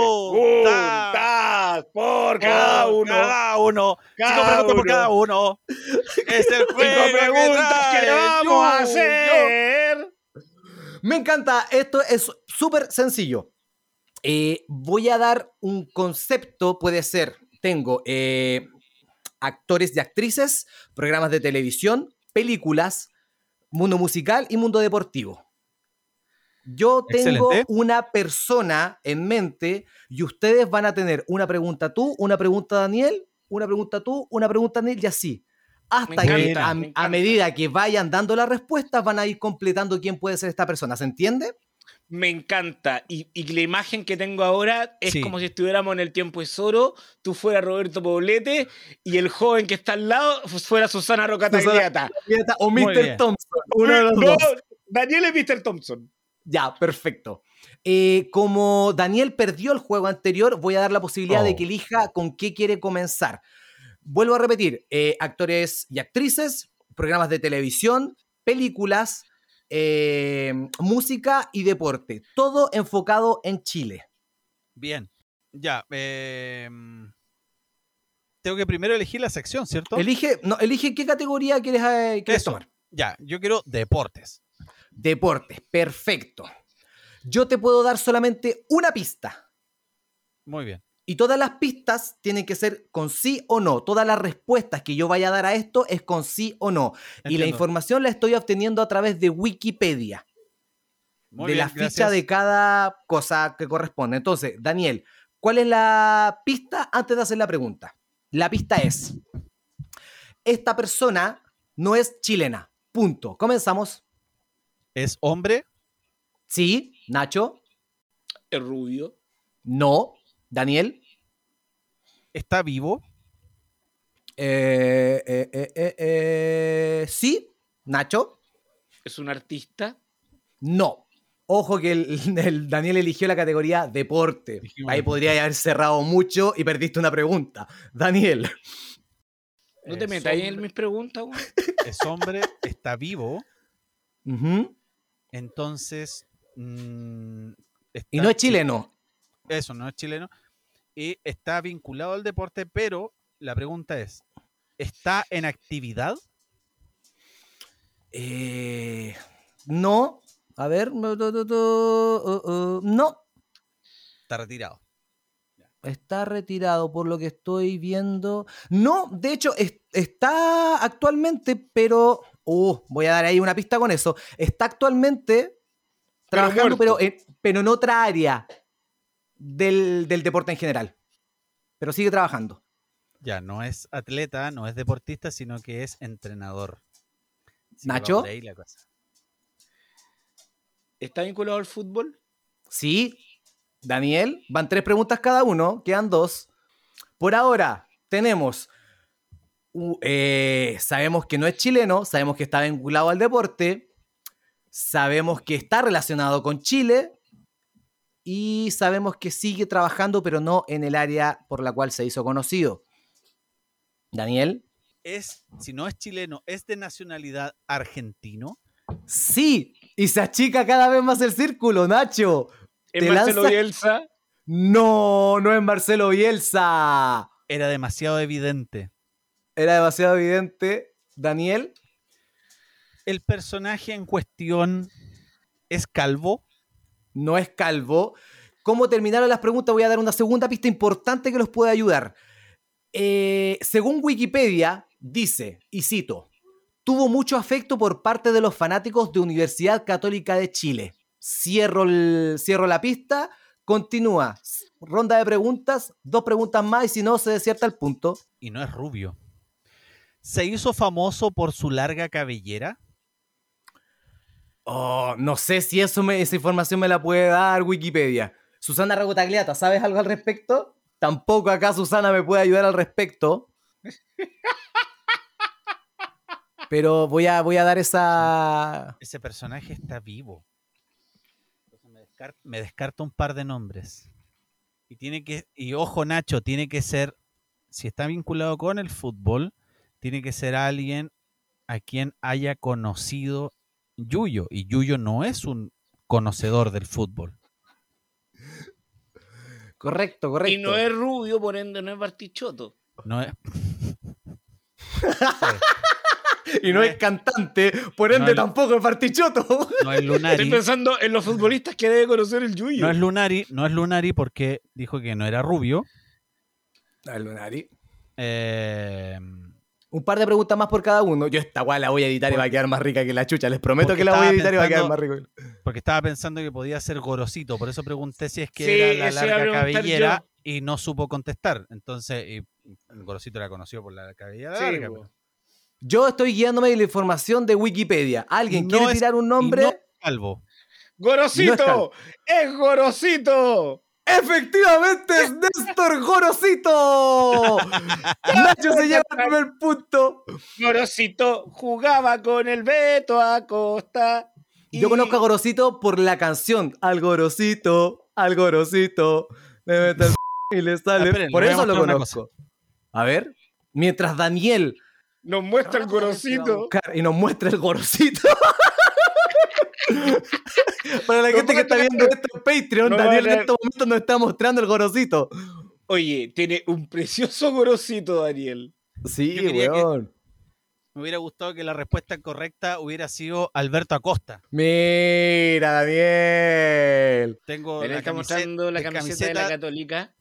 Speaker 2: preguntas
Speaker 3: preguntas por cada
Speaker 2: por
Speaker 3: uno.
Speaker 2: Cada uno.
Speaker 3: Cada
Speaker 2: Cinco preguntas por
Speaker 3: uno.
Speaker 2: cada uno. Es el juego
Speaker 3: Cinco preguntas que
Speaker 2: trae
Speaker 3: le vamos a
Speaker 2: Junior.
Speaker 3: hacer.
Speaker 4: Me encanta, esto es súper sencillo. Eh, voy a dar un concepto, puede ser, tengo eh, actores y actrices, programas de televisión, películas, mundo musical y mundo deportivo. Yo tengo
Speaker 2: Excelente.
Speaker 4: una persona en mente y ustedes van a tener una pregunta tú, una pregunta Daniel, una pregunta tú, una pregunta Daniel y así. Hasta que
Speaker 3: encanta,
Speaker 4: a-
Speaker 3: me
Speaker 4: a
Speaker 3: encanta.
Speaker 4: medida que vayan dando las respuestas van a ir completando quién puede ser esta persona, ¿se entiende?
Speaker 3: Me encanta. Y, y la imagen que tengo ahora es
Speaker 2: Sí.
Speaker 3: como si estuviéramos en el tiempo es oro, tú fueras Roberto Poblete y el joven que está al lado fuera Susana Roca
Speaker 4: Susana-
Speaker 3: Tagliata.
Speaker 4: Prieta o
Speaker 2: Muy
Speaker 4: Mr.
Speaker 2: bien.
Speaker 4: Thompson. Uno de los
Speaker 3: No,
Speaker 4: dos.
Speaker 3: Daniel es Mr. Thompson.
Speaker 4: Ya, perfecto. Eh, como Daniel perdió el juego anterior, voy a dar la posibilidad de
Speaker 2: Oh.
Speaker 4: que elija con qué quiere comenzar. Vuelvo a repetir, eh, actores y actrices, programas de televisión, películas, eh, música y deporte. Todo enfocado en Chile.
Speaker 2: Bien. Ya. eh, tengo que primero elegir la sección, ¿cierto?
Speaker 4: Elige, no, elige qué categoría quieres, eh, quieres
Speaker 2: Eso.
Speaker 4: tomar.
Speaker 2: Ya. Yo quiero deportes.
Speaker 4: Deportes, perfecto. Yo te puedo dar solamente una pista.
Speaker 2: Muy bien.
Speaker 4: Y todas las pistas tienen que ser con sí o no. Todas las respuestas que yo vaya a dar a esto es con sí o no. Y la
Speaker 2: Entiendo.
Speaker 4: información la estoy obteniendo a través de Wikipedia,
Speaker 2: Muy
Speaker 4: de
Speaker 2: bien,
Speaker 4: la ficha
Speaker 2: gracias.
Speaker 4: de cada cosa que corresponde. Entonces, Daniel, ¿cuál es la pista antes de hacer la pregunta? La pista es, esta persona no es chilena. Punto. Comenzamos.
Speaker 2: ¿Es hombre?
Speaker 4: Sí, Nacho.
Speaker 3: Es rubio.
Speaker 4: No, Daniel.
Speaker 2: ¿Está vivo?
Speaker 4: Eh, eh, eh, eh, eh, sí, Nacho.
Speaker 3: Es un artista.
Speaker 4: No. Ojo que el, el Daniel eligió la categoría deporte.
Speaker 2: Dijimos
Speaker 4: Ahí
Speaker 2: deporte.
Speaker 4: podría haber cerrado mucho y perdiste una pregunta. Daniel,
Speaker 3: No te
Speaker 2: Es
Speaker 3: metas ahí en
Speaker 2: hombre.
Speaker 3: mis preguntas, güey.
Speaker 2: ¿Es hombre? ¿Está vivo?
Speaker 4: ujú,
Speaker 2: Entonces. mm,
Speaker 4: y
Speaker 2: está-
Speaker 4: no es chileno.
Speaker 2: Eso, no es chileno. Y está vinculado al deporte, pero la pregunta es: ¿está en actividad?
Speaker 4: Eh, no. A ver. no, no, no, no, uh, uh, No.
Speaker 2: Está retirado.
Speaker 4: Está retirado por lo que estoy viendo. No, de hecho, es- está actualmente, pero. Uh, voy a dar ahí una pista con eso. Está actualmente trabajando, pero,
Speaker 3: muerto.
Speaker 4: en, pero en otra área del, del deporte en general. Pero sigue trabajando.
Speaker 2: Ya, no es atleta, no es deportista, sino que es entrenador. Así que va
Speaker 4: Nacho.
Speaker 2: por ahí la cosa.
Speaker 3: ¿Está vinculado al fútbol?
Speaker 4: Sí, Daniel, van tres preguntas cada uno, quedan dos. Por ahora tenemos, u- eh, sabemos que no es chileno, sabemos que está vinculado al deporte, sabemos que está relacionado con Chile y sabemos que sigue trabajando, pero no en el área por la cual se hizo conocido. Daniel,
Speaker 2: Es, si no es chileno, es de nacionalidad argentino.
Speaker 4: sí, y se achica cada vez más el círculo, Nacho.
Speaker 3: ¿Es
Speaker 4: Te
Speaker 3: Marcelo
Speaker 4: lanza-
Speaker 3: Bielsa?
Speaker 4: No, no es Marcelo Bielsa.
Speaker 2: Era demasiado evidente.
Speaker 4: Era demasiado evidente. Daniel,
Speaker 2: El personaje en cuestión es calvo.
Speaker 4: no es calvo. ¿Cómo terminaron las preguntas? Voy a dar una segunda pista importante que los puede ayudar. Eh, según Wikipedia, dice, y cito, tuvo mucho afecto por parte de los fanáticos de Universidad Católica de Chile. Cierro, el- cierro la pista, continúa. Ronda de preguntas, dos preguntas más y si no, se desierta el punto.
Speaker 2: y no es rubio. Se hizo famoso por su larga cabellera.
Speaker 4: Oh, no sé si eso me- esa información me la puede dar Wikipedia. Susana Ragotagliata, ¿sabes algo al respecto? Tampoco acá Susana me puede ayudar al respecto. Pero voy a, voy a dar esa...
Speaker 2: Ese personaje está vivo. Entonces Me descarta, me descarta un par de nombres. Y tiene que, y ojo Nacho, tiene que ser, si está vinculado con el fútbol, tiene que ser alguien a quien haya conocido Yuyo. Y Yuyo no es un conocedor del fútbol.
Speaker 4: Correcto, correcto.
Speaker 3: Y no es rubio, por ende no es Bartichotto.
Speaker 2: No es,
Speaker 4: Y no es cantante, por ende
Speaker 2: No es-
Speaker 4: tampoco es partichoto.
Speaker 2: no es
Speaker 3: Estoy
Speaker 2: Lunari.
Speaker 3: pensando en los futbolistas que debe conocer el Yuyo.
Speaker 2: Ah, No es Lunari, no es Lunari porque dijo que no era rubio. Eh,
Speaker 4: Un par de preguntas más por cada uno. Yo esta guay la voy a editar y va a quedar más rica que la chucha. Les prometo
Speaker 2: Porque
Speaker 4: que la voy a
Speaker 2: estaba
Speaker 4: editar y va a quedar
Speaker 2: pensando-
Speaker 4: más rica. que la-
Speaker 2: porque estaba pensando que podía ser gorosito, por eso pregunté si es que
Speaker 3: Sí,
Speaker 2: era la
Speaker 3: eso iba a
Speaker 2: larga
Speaker 3: preguntar
Speaker 2: cabellera y no supo contestar. Entonces, y el gorosito era conocido por la cabellera
Speaker 3: Sí,
Speaker 2: larga.
Speaker 3: po.
Speaker 2: pero-
Speaker 4: Yo estoy guiándome de la información de Wikipedia. ¿Alguien
Speaker 2: No
Speaker 4: quiere
Speaker 2: es-
Speaker 4: tirar un nombre?
Speaker 2: Y no calvo.
Speaker 3: ¡Gorosito!
Speaker 4: No
Speaker 3: ¡Es Gorosito!
Speaker 4: Efectivamente es Néstor Gorosito. Nacho se lleva el primer punto.
Speaker 3: Gorosito jugaba con el Beto Acosta. y-
Speaker 4: Yo conozco a Gorosito por la canción Al Gorosito, al Gorosito. Le mete el y le sale.
Speaker 2: Esperen,
Speaker 4: por
Speaker 2: les voy
Speaker 4: eso
Speaker 2: a
Speaker 4: lo
Speaker 2: mostrar una
Speaker 4: conozco. A ver, mientras Daniel
Speaker 3: Nos muestra el Gorosito.
Speaker 4: busca- y nos muestra el Gorosito. Para la
Speaker 3: Nos
Speaker 4: gente que está
Speaker 3: muestra-
Speaker 4: viendo esto en Patreon,
Speaker 3: Nos
Speaker 4: Daniel en
Speaker 3: muestra-
Speaker 4: este momento nos está mostrando el Gorosito.
Speaker 3: Oye, tiene un precioso Gorosito, Daniel.
Speaker 4: Sí,
Speaker 2: Yo quería que-
Speaker 4: weón.
Speaker 2: Me hubiera gustado que la respuesta correcta hubiera sido Alberto Acosta.
Speaker 4: Mira, Daniel.
Speaker 2: Tengo
Speaker 3: Él
Speaker 2: la
Speaker 3: está
Speaker 2: camiseta,
Speaker 3: mostrando la camiseta de la Católica.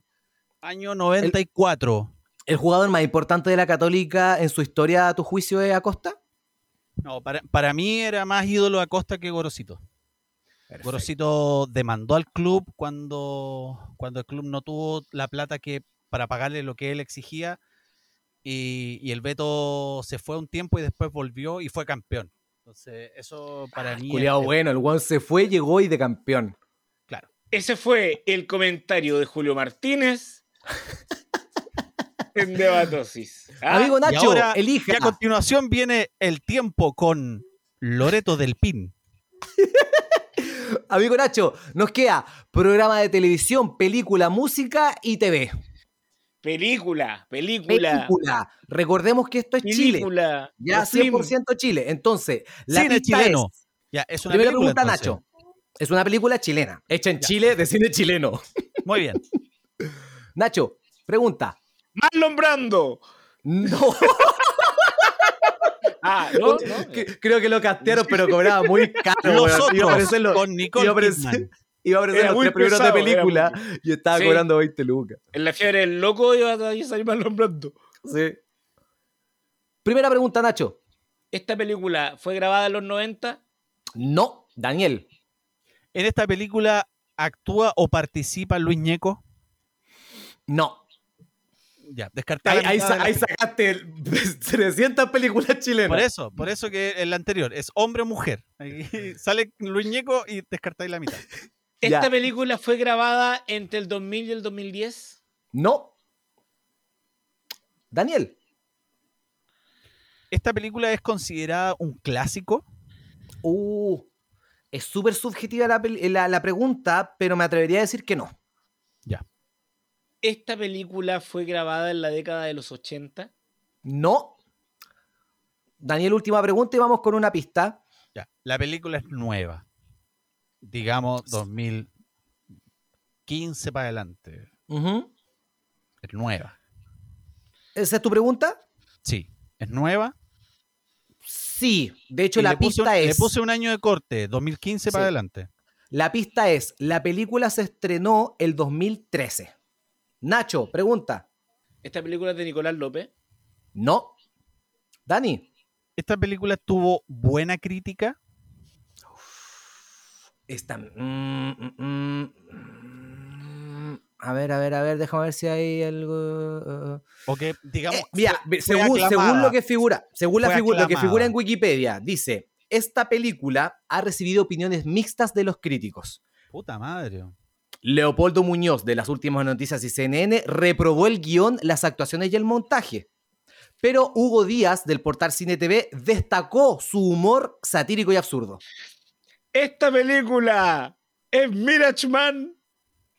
Speaker 2: año 94.
Speaker 4: ¿El jugador más importante de la Católica en su historia, a tu juicio, es Acosta?
Speaker 2: No, para, para mí era más ídolo Acosta que Gorosito. Gorosito demandó al club cuando, cuando el club no tuvo la plata que para pagarle lo que él exigía y, y el Beto se fue un tiempo y después volvió y fue campeón. Entonces, eso para mí... es-
Speaker 4: Culeado
Speaker 2: es-
Speaker 4: bueno, el Juan se fue, llegó y de campeón.
Speaker 3: Ese fue el comentario de Julio Martínez en Debatosis. ¿Ah?
Speaker 4: Amigo
Speaker 2: Y
Speaker 4: Nacho,
Speaker 2: ahora,
Speaker 4: elija.
Speaker 2: Y a continuación viene el tiempo con Loreto del Pin.
Speaker 4: Amigo Nacho, nos queda programa de televisión, película, música y TV.
Speaker 3: película, película,
Speaker 4: Película. Recordemos que esto es Chile.
Speaker 3: película.
Speaker 4: Ya
Speaker 3: o film.
Speaker 4: 100% Chile. Entonces, la
Speaker 2: Cine
Speaker 4: pista
Speaker 2: chileno.
Speaker 4: es-
Speaker 2: Ya, es una
Speaker 4: primera
Speaker 2: película,
Speaker 4: pregunta,
Speaker 2: entonces.
Speaker 4: Nacho. Es una película chilena, hecha en
Speaker 2: Ya.
Speaker 4: Chile de cine chileno.
Speaker 2: Muy bien.
Speaker 4: Nacho, pregunta.
Speaker 3: Marlon Brando.
Speaker 4: No.
Speaker 3: Ah, no, no.
Speaker 4: Que- Creo que lo castearon, pero cobraba muy caro.
Speaker 2: Los
Speaker 4: weón. Iba a
Speaker 2: otros
Speaker 4: aparecer lo-
Speaker 2: con
Speaker 4: iba
Speaker 2: Nicole
Speaker 4: a aparecer-
Speaker 2: Kidman.
Speaker 4: Iba a aparecer
Speaker 3: Era
Speaker 4: los
Speaker 3: muy
Speaker 4: tres primeros de
Speaker 3: pesado, era
Speaker 4: película y estaba
Speaker 3: Sí.
Speaker 4: cobrando 20 lucas.
Speaker 3: En la fiebre del loco iba a salir mal nombrando.
Speaker 4: Sí. Primera pregunta, Nacho.
Speaker 3: ¿Esta película fue grabada en los 90?
Speaker 4: No, Daniel.
Speaker 2: ¿En esta película actúa o participa Luis Ñeco?
Speaker 4: No.
Speaker 2: Ya, descartada.
Speaker 4: Ahí,
Speaker 2: la
Speaker 4: ahí
Speaker 2: mitad
Speaker 4: sa-
Speaker 2: de la
Speaker 4: ahí
Speaker 2: película.
Speaker 4: sacaste el- 300 películas chilenas.
Speaker 2: Por eso, por eso que el anterior es hombre o mujer. Ahí sale Luis Ñeco y descartáis la mitad.
Speaker 3: ¿Esta
Speaker 4: Ya.
Speaker 3: película fue grabada entre el 2000 y el 2010?
Speaker 4: No. Daniel.
Speaker 2: ¿Esta película es considerada un clásico?
Speaker 4: Uh, es súper subjetiva la, pel- la- la pregunta, pero me atrevería a decir que no.
Speaker 3: ¿Esta película fue grabada en la década de los 80?
Speaker 4: No. Daniel, última pregunta y vamos con una pista.
Speaker 2: Ya, la película es nueva. Digamos 2015 para adelante.
Speaker 4: Ujú.
Speaker 2: Es nueva.
Speaker 4: ¿Esa es tu pregunta?
Speaker 2: Sí, es nueva.
Speaker 4: Sí. De hecho,
Speaker 2: Y
Speaker 4: la
Speaker 2: le puse
Speaker 4: pista
Speaker 2: un- Le
Speaker 4: es.
Speaker 2: puse un año de corte, 2015
Speaker 4: Sí.
Speaker 2: para adelante.
Speaker 4: La pista es. La película se estrenó el 2013. Nacho, pregunta.
Speaker 3: ¿Esta película es de Nicolás López?
Speaker 4: No. Dani,
Speaker 2: ¿Esta película tuvo buena crítica?
Speaker 4: esta. mm, mm, mm, mm. a ver, a ver, a ver, déjame ver si hay algo. eh,
Speaker 2: O que, digamos,
Speaker 4: Eh, mira,
Speaker 2: fue- fue
Speaker 4: según, según
Speaker 2: aclamada.
Speaker 4: lo que figura, según la
Speaker 2: Fue
Speaker 4: figu- lo que
Speaker 2: aclamada.
Speaker 4: figura en Wikipedia, dice, esta película ha recibido opiniones mixtas de los críticos.
Speaker 2: Puta madre.
Speaker 4: Leopoldo Muñoz, de las últimas noticias y CNN, reprobó el guión, las actuaciones y el montaje. Pero Hugo Díaz, del portal Cine TV, destacó su humor satírico y absurdo.
Speaker 3: ¿Esta película es Mirage Man?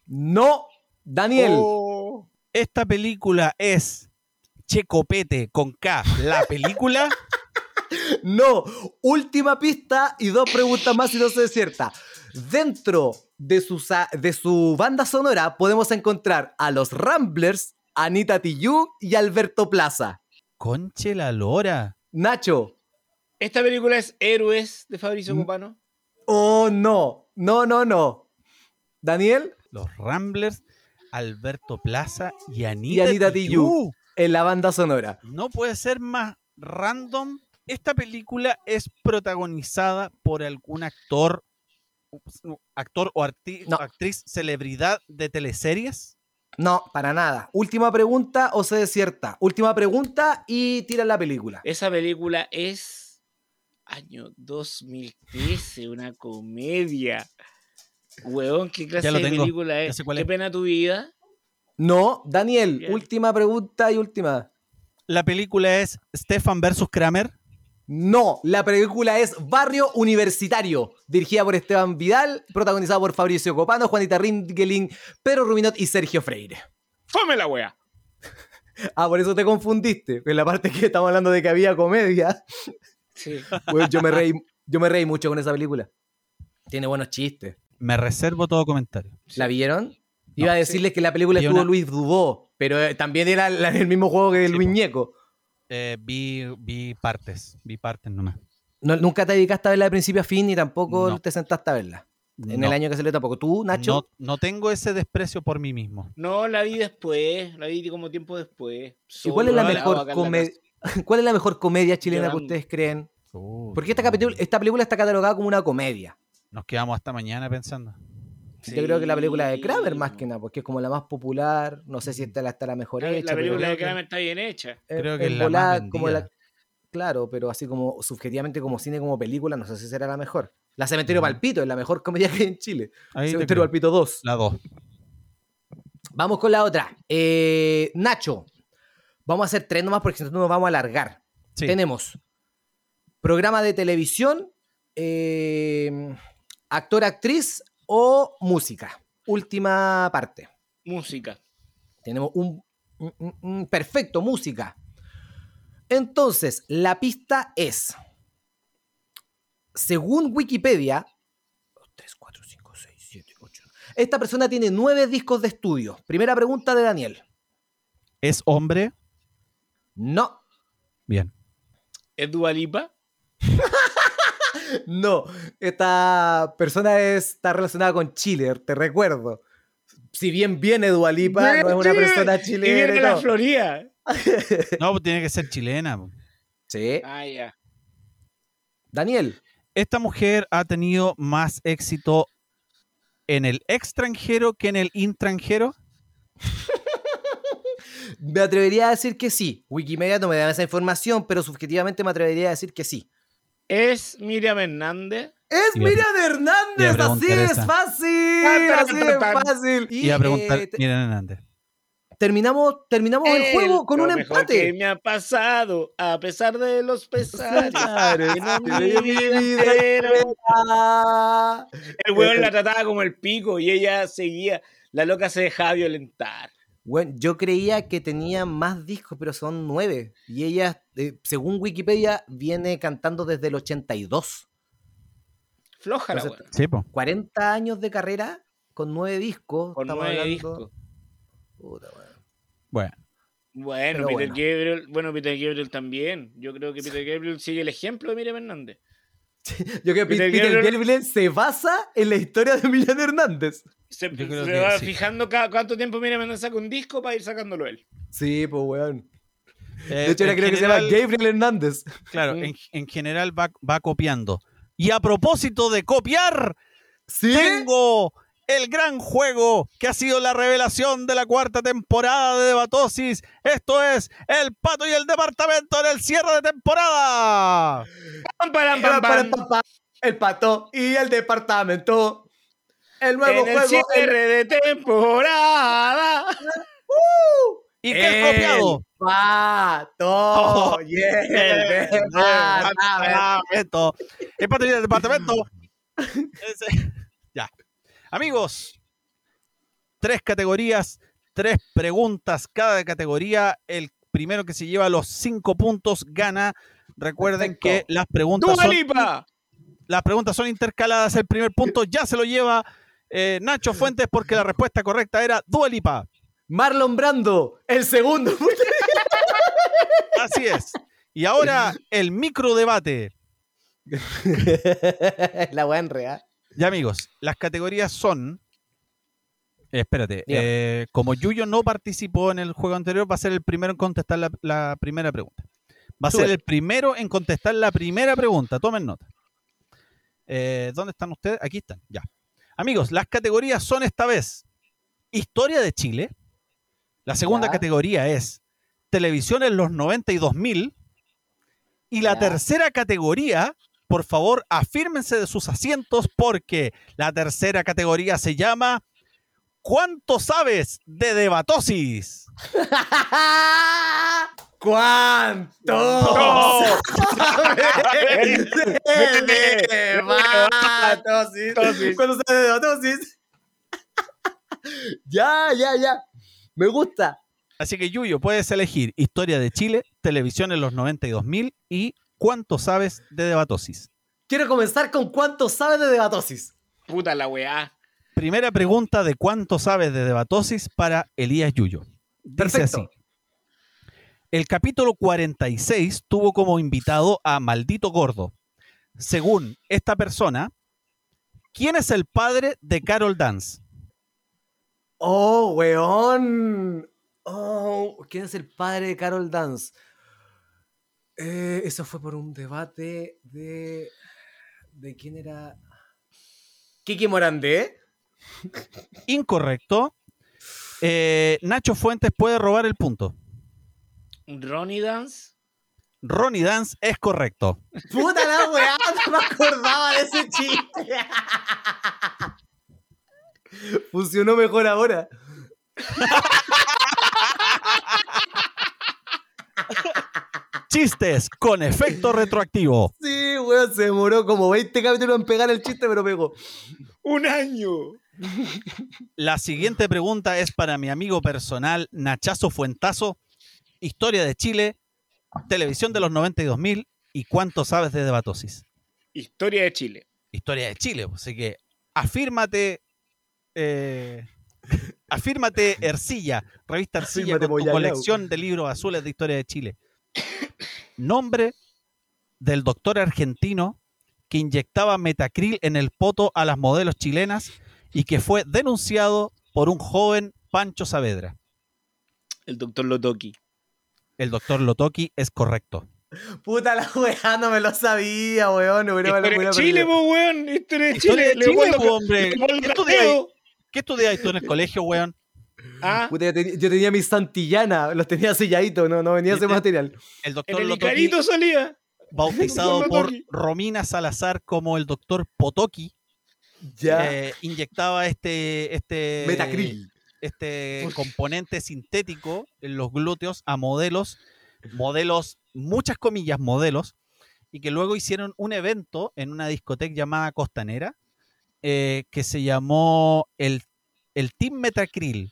Speaker 4: No, Daniel.
Speaker 3: Oh.
Speaker 2: Esta película es Checopete con K, la película.
Speaker 4: No, última pista y dos preguntas más y no se desierta. Dentro de su, sa- de su banda sonora podemos encontrar a los Ramblers, Anita Tijoux y Alberto Plaza.
Speaker 2: Conche la lora.
Speaker 4: Nacho,
Speaker 3: ¿Esta película es Héroes de Fabricio
Speaker 4: Mm.
Speaker 3: Copano?
Speaker 4: oh no, no, no, no. Daniel,
Speaker 2: Los Ramblers, Alberto Plaza y Anita,
Speaker 4: Y Anita
Speaker 2: Tijoux.
Speaker 4: Tijoux. en la banda sonora.
Speaker 2: No puede ser más random. Esta película es protagonizada por algún actor, actor o arti-
Speaker 4: No.
Speaker 2: actriz, celebridad de teleseries.
Speaker 4: No, para nada. Última pregunta o se desierta. Última pregunta y tira la película.
Speaker 3: Esa película es año 2013, una comedia. Weón, ¿qué clase
Speaker 2: lo
Speaker 3: de
Speaker 2: tengo,
Speaker 3: película
Speaker 2: ya
Speaker 3: es?
Speaker 2: sé cuál
Speaker 3: ¿Qué
Speaker 2: es.
Speaker 3: pena tu vida?
Speaker 4: No, Daniel,
Speaker 3: Bien.
Speaker 4: última pregunta y última.
Speaker 2: La película es Stefan versus Kramer.
Speaker 4: No, la película es Barrio Universitario, dirigida por Esteban Vidal, protagonizada por Fabricio Copano, Juanita Ringeling, Pedro Ruminot y Sergio Freire.
Speaker 3: ¡Fome la wea!
Speaker 4: Ah, por eso te confundiste, en la parte que estamos hablando de que había comedia.
Speaker 3: Sí.
Speaker 4: Bueno, yo, me reí, yo me reí mucho con esa película. Tiene buenos chistes.
Speaker 2: Me reservo todo comentario.
Speaker 4: ¿La vieron? Iba a decirles que la película
Speaker 2: Vi
Speaker 4: estuvo
Speaker 2: una-
Speaker 4: Luis Dubó, pero eh, también era la- el mismo juego que
Speaker 2: Sí,
Speaker 4: Luis
Speaker 2: po.
Speaker 4: Ñeco.
Speaker 2: Eh, vi, vi partes, vi partes nomás.
Speaker 4: No- nunca te dedicaste a verla de principio a fin ni tampoco
Speaker 2: No.
Speaker 4: te sentaste a verla. En
Speaker 2: No,
Speaker 4: el año que salió tampoco. ¿Tú, Nacho?
Speaker 2: no- no tengo ese desprecio por mí mismo.
Speaker 3: No, la vi después, la vi como tiempo después.
Speaker 4: ¿Y cuál es la
Speaker 3: Solo,
Speaker 4: mejor
Speaker 3: acá en la
Speaker 4: comedia?
Speaker 3: casa.
Speaker 4: ¿Cuál es la mejor comedia chilena que
Speaker 3: Llorando.
Speaker 4: ustedes creen?
Speaker 2: Porque
Speaker 4: Porque esta, capitul- esta película está catalogada como una comedia.
Speaker 2: Nos quedamos hasta mañana pensando.
Speaker 4: Yo creo que la película de Kramer más
Speaker 3: Sí.
Speaker 4: que nada, porque es como la más popular. No sé si esta la está la mejor
Speaker 3: La, la
Speaker 4: hecha. pero
Speaker 3: película de
Speaker 4: creo que-
Speaker 3: Kramer está bien hecha.
Speaker 4: en-
Speaker 2: creo que
Speaker 4: en
Speaker 2: es la más
Speaker 4: volada, como la-
Speaker 2: vendida.
Speaker 4: Claro, pero así como subjetivamente como cine, como película, no sé si será la mejor. La Cementerio
Speaker 2: Ujú.
Speaker 4: Palpito es la mejor comedia que hay en Chile.
Speaker 2: Ahí te
Speaker 4: Cementerio
Speaker 2: creo.
Speaker 4: Palpito 2.
Speaker 2: la 2.
Speaker 4: Vamos con la otra. Eh, Nacho, vamos a hacer tres nomás porque si no nos vamos a alargar.
Speaker 2: Sí.
Speaker 4: Tenemos programa de televisión, eh, actor, actriz o música. Última parte.
Speaker 3: Música.
Speaker 4: Tenemos un, un- un- un- perfecto música. Entonces, la pista es, según Wikipedia, 3, 4, 5, 6, 7, 8. Esta persona tiene nueve discos de estudio. Primera pregunta de Daniel.
Speaker 2: ¿Es hombre?
Speaker 4: No,
Speaker 2: Bien.
Speaker 3: ¿Es Dualipa?
Speaker 4: No, esta persona está relacionada con Chile, te recuerdo. Si bien viene Dualipa, no es una persona
Speaker 3: Y
Speaker 4: chilena.
Speaker 3: viene
Speaker 4: y
Speaker 3: de la
Speaker 4: todo.
Speaker 3: Florida.
Speaker 2: No, pues tiene que ser chilena. po.
Speaker 4: Sí.
Speaker 3: Ah, ya.
Speaker 4: Daniel,
Speaker 2: Esta mujer ha tenido más éxito en el extranjero que en el intranjero.
Speaker 4: me atrevería a decir que sí. Wikimedia no me da esa información, pero subjetivamente me atrevería a decir que sí.
Speaker 3: Es Miriam Hernández.
Speaker 4: Es
Speaker 2: Y le-
Speaker 4: Miriam
Speaker 2: le iba a
Speaker 4: Hernández, así
Speaker 2: preguntar
Speaker 4: es
Speaker 2: esa.
Speaker 4: fácil,
Speaker 3: Ah, pero-
Speaker 4: así es
Speaker 3: pero-
Speaker 4: fácil.
Speaker 2: Y a preguntar,
Speaker 4: eh, te- Eh,
Speaker 2: miren Hernández.
Speaker 4: terminamos terminamos el juego con
Speaker 3: Lo
Speaker 4: un
Speaker 3: mejor que
Speaker 4: empate.
Speaker 3: me ha pasado, a pesar de los pesares.
Speaker 4: Pesares,
Speaker 3: en mi
Speaker 4: de mi
Speaker 3: vida
Speaker 4: vida
Speaker 3: entera.
Speaker 4: Ah,
Speaker 3: El weón la trataba como el pico y ella seguía. La loca se dejaba violentar.
Speaker 4: Bueno, yo creía que tenía más discos, pero son nueve. Y ella, eh, según Wikipedia, viene cantando desde el 82.
Speaker 3: Floja la
Speaker 4: Entonces,
Speaker 3: weón.
Speaker 2: Sí, po.
Speaker 4: 40 años de carrera con nueve discos.
Speaker 3: Con
Speaker 4: estamos
Speaker 3: nueve
Speaker 4: hablando-
Speaker 3: discos.
Speaker 4: Puta, weón.
Speaker 2: Bueno,
Speaker 3: Bueno,
Speaker 4: Pero
Speaker 3: Peter
Speaker 4: bueno.
Speaker 3: Gabriel, bueno, Peter Gabriel también. Yo creo que Peter Gabriel sigue el ejemplo de Miriam Hernández.
Speaker 4: Yo creo que
Speaker 3: Peter
Speaker 4: Peter, Peter
Speaker 3: Gabriel-
Speaker 4: Gabriel se basa en la historia de Miriam Hernández.
Speaker 3: Se,
Speaker 2: Yo creo
Speaker 3: se
Speaker 2: que
Speaker 3: va
Speaker 2: sí.
Speaker 3: fijando cada, cuánto tiempo Miriam Hernández saca un disco para ir sacándolo él.
Speaker 4: Sí, pues, weón.
Speaker 2: eh,
Speaker 4: De hecho, era
Speaker 2: en
Speaker 4: creo que se
Speaker 2: general-
Speaker 4: llama Gabriel Hernández.
Speaker 2: Claro,
Speaker 3: Mm.
Speaker 2: en, en general va, va copiando. Y a propósito de copiar,
Speaker 4: Sí.
Speaker 2: tengo el gran juego que ha sido la revelación de la cuarta temporada de Debatosis. Esto es El Pato y el Departamento en el cierre de temporada.
Speaker 3: ¡Pam, param, pam,
Speaker 4: Para el
Speaker 3: pam!
Speaker 4: papá, el pato y el departamento. El nuevo
Speaker 3: En el
Speaker 4: juego. el-
Speaker 3: cierre de temporada.
Speaker 2: ¿Y qué es copiado?
Speaker 4: Pato. y el
Speaker 2: Ah,
Speaker 4: ah, departamento.
Speaker 2: Departamento. El Pato y el Departamento. Ese- ya. Amigos, tres categorías, tres preguntas cada categoría. El primero que se lleva los cinco puntos gana. Recuerden
Speaker 4: Perfecto.
Speaker 2: que las preguntas
Speaker 3: ¡Dua
Speaker 2: son
Speaker 3: Lipa!
Speaker 2: las preguntas son intercaladas. El primer punto ya se lo lleva eh, Nacho Fuentes porque la respuesta correcta era Dualipa.
Speaker 4: Marlon Brando, el segundo.
Speaker 2: Así es. Y ahora el micro debate.
Speaker 4: La weá en real.
Speaker 2: Ya amigos, las categorías son... eh, Espérate,
Speaker 4: Dígame.
Speaker 2: eh, como Yuyo no participó en el juego anterior, va a ser el primero en contestar la, la primera pregunta. Va a
Speaker 4: Sube.
Speaker 2: ser el primero en contestar la primera pregunta. Tomen nota. Eh, ¿Dónde están ustedes? Aquí están, ya. Amigos, las categorías son esta vez Historia de Chile. La segunda
Speaker 4: Ya.
Speaker 2: categoría es Televisión en los 92.000. Y la
Speaker 4: Ya.
Speaker 2: tercera categoría, por favor, afírmense de sus asientos porque la tercera categoría se llama ¿Cuánto sabes de debatosis?
Speaker 4: ¿Cuánto?
Speaker 3: Ven, ven, ven.
Speaker 4: Debatosis. Cuando se hace debatosis. Ya, ya, ya. Me gusta.
Speaker 2: Así que Yuyo, puedes elegir Historia de Chile, Televisión en los 92.000 y ¿Cuánto sabes de debatosis?
Speaker 4: Quiero comenzar con cuánto sabes de debatosis.
Speaker 3: Puta la weá.
Speaker 2: Primera pregunta de cuánto sabes de debatosis para Elías Yuyo. Dice así.
Speaker 4: Perfecto.
Speaker 2: El capítulo 46 tuvo como invitado a Maldito Gordo. Según esta persona, ¿quién es el padre de Carol Dance?
Speaker 4: Oh, weón. Oh, ¿quién es el padre de Carol Dance? Eh, eso fue por un debate de. ¿De quién era? ¿Kiki Morandé?
Speaker 2: Incorrecto. Eh, Nacho Fuentes puede robar el punto.
Speaker 3: Ronnie Dance.
Speaker 2: Ronnie Dance es correcto.
Speaker 4: ¡Puta la weá! No me acordaba de ese chiste. Funcionó mejor ahora.
Speaker 2: Chistes con efecto retroactivo.
Speaker 4: Sí, weón, se demoró como 20 capítulos en pegar el chiste, pero pegó.
Speaker 3: Un año.
Speaker 2: La siguiente pregunta es para mi amigo personal, Nachazo Fuentazo, Historia de Chile, Televisión de los 92.000 y cuánto sabes de debatosis.
Speaker 3: Historia de Chile.
Speaker 2: Historia de Chile, pues, así que afírmate, eh, afírmate Ercilla, revista Ercilla
Speaker 4: Afírmate,
Speaker 2: con tu
Speaker 4: Moyalao.
Speaker 2: colección de libros azules de Historia de Chile. Nombre del doctor argentino que inyectaba metacril en el poto a las modelos chilenas y que fue denunciado por un joven Pancho Saavedra.
Speaker 3: El doctor Lotoki.
Speaker 2: El doctor Lotoki es correcto.
Speaker 4: Puta la weá, no me lo sabía, weón. Europa, la
Speaker 3: Historia de
Speaker 4: pura
Speaker 3: Chile,
Speaker 4: perdida.
Speaker 3: po, weón. Historia de
Speaker 2: Historia
Speaker 3: Chile.
Speaker 2: de
Speaker 3: Le
Speaker 2: Chile,
Speaker 3: vuelvo
Speaker 2: po,
Speaker 3: con-
Speaker 2: hombre.
Speaker 3: le vuelvo el
Speaker 2: Esto de ahí.
Speaker 3: rateo.
Speaker 2: ¿Qué estudiáis tú en el colegio, weón?
Speaker 3: Ah,
Speaker 4: Puta, yo, tenía- yo tenía mis Santillana, los tenía selladitos, no, no venía ese
Speaker 2: ¿Viste?
Speaker 4: material.
Speaker 2: El
Speaker 3: en
Speaker 2: doctor
Speaker 3: el
Speaker 2: Lotoki,
Speaker 3: Icarito salía.
Speaker 2: bautizado
Speaker 3: Doctor
Speaker 2: por
Speaker 3: Lotoki.
Speaker 2: Romina Salazar como el doctor Potoki,
Speaker 4: Ya.
Speaker 2: eh, inyectaba este, este,
Speaker 4: Metacril.
Speaker 2: este componente sintético en los glúteos a modelos, modelos, muchas comillas, modelos, y que luego hicieron un evento en una discoteca llamada Costanera, eh, que se llamó el, el Team Metacril,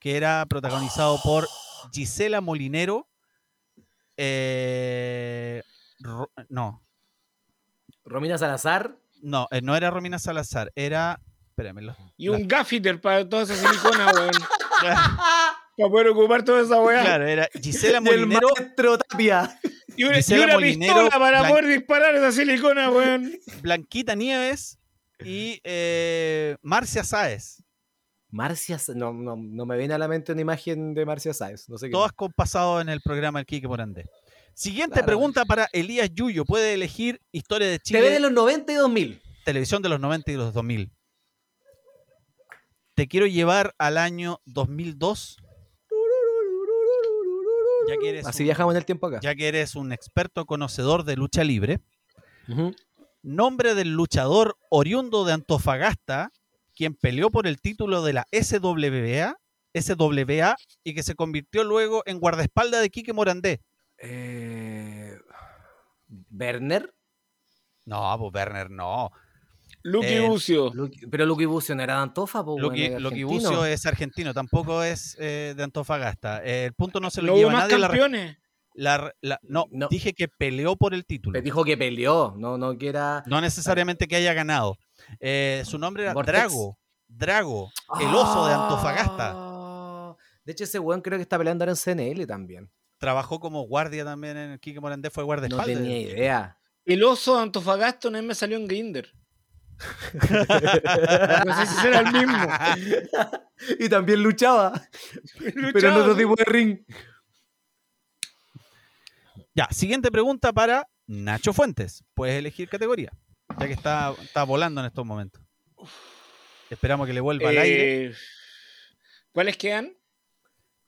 Speaker 2: que era protagonizado por Gisela Molinero, eh, Ro- no,
Speaker 4: Romina Salazar.
Speaker 2: no, eh, no era Romina Salazar, era, espérame, lo-
Speaker 3: Y un gaffiter para toda esa silicona, weón. Para poder ocupar toda esa weá.
Speaker 2: claro, era Gisela
Speaker 4: Y el
Speaker 2: Molinero
Speaker 4: maestro Tapia.
Speaker 3: Y una, y
Speaker 2: Gisela
Speaker 3: una
Speaker 2: Molinero,
Speaker 3: pistola para
Speaker 2: Blan-
Speaker 3: poder disparar esa silicona, weón.
Speaker 2: Blanquita Nieves y eh, Marcia Sáez.
Speaker 4: Marcia, Sa- no, no, no me viene a la mente una imagen de Marcia Sáez. No sé qué.
Speaker 2: Todas con pasado en el programa El Quique Morandé. Siguiente
Speaker 4: Claramente.
Speaker 2: pregunta para Elías Yuyo. Puede elegir historia de Chile,
Speaker 4: TV de los 90 y 2000.
Speaker 2: televisión de los 90 y los 2000. Te quiero llevar al año 2002, ya que eres,
Speaker 4: Así
Speaker 2: un,
Speaker 4: viajamos en el tiempo acá.
Speaker 2: ya que eres un experto conocedor de lucha libre.
Speaker 4: Ujú.
Speaker 2: Nombre del luchador oriundo de Antofagasta, quien peleó por el título de la SWA, SWA y que se convirtió luego en guardaespaldas de Quique Morandé.
Speaker 4: Eh, Werner.
Speaker 2: No, pues Werner no.
Speaker 3: Lucky
Speaker 2: Eh,
Speaker 3: Lucio.
Speaker 4: Luqui- pero Lucky Bucio no era de Antofa, po,
Speaker 2: Lo que,
Speaker 4: Uh, bueno, era
Speaker 2: lo que
Speaker 4: argentino.
Speaker 2: Bucio es argentino, tampoco es eh, de Antofagasta. Eh, el punto no se lo
Speaker 3: No hubo
Speaker 2: lleva
Speaker 3: más
Speaker 2: nadie. la re-
Speaker 3: campeones.
Speaker 2: la- la- no,
Speaker 4: No.
Speaker 2: dije que peleó por el título.
Speaker 4: Me dijo que peleó, no, no que era.
Speaker 2: No necesariamente que haya ganado. Eh, su nombre era
Speaker 4: Vortex.
Speaker 2: Drago. Drago, el oso de Antofagasta.
Speaker 4: Ah, De hecho, ese weón creo que está peleando ahora en CNL también.
Speaker 2: Trabajó como guardia también en el Quique Morandé, fue
Speaker 4: No
Speaker 2: guardaespaldas.
Speaker 4: tenía idea.
Speaker 3: El oso de Antofagasta una vez me salió en Grinder. no
Speaker 2: Pues
Speaker 3: sé si será el mismo.
Speaker 4: y también luchaba, pero en
Speaker 3: Luchaba,
Speaker 4: otro tipo de ring.
Speaker 2: Ya, siguiente pregunta para Nacho Fuentes. Puedes elegir categoría, ya que está, está volando en estos momentos. Esperamos que le vuelva al aire.
Speaker 3: Eh, ¿Cuáles quedan?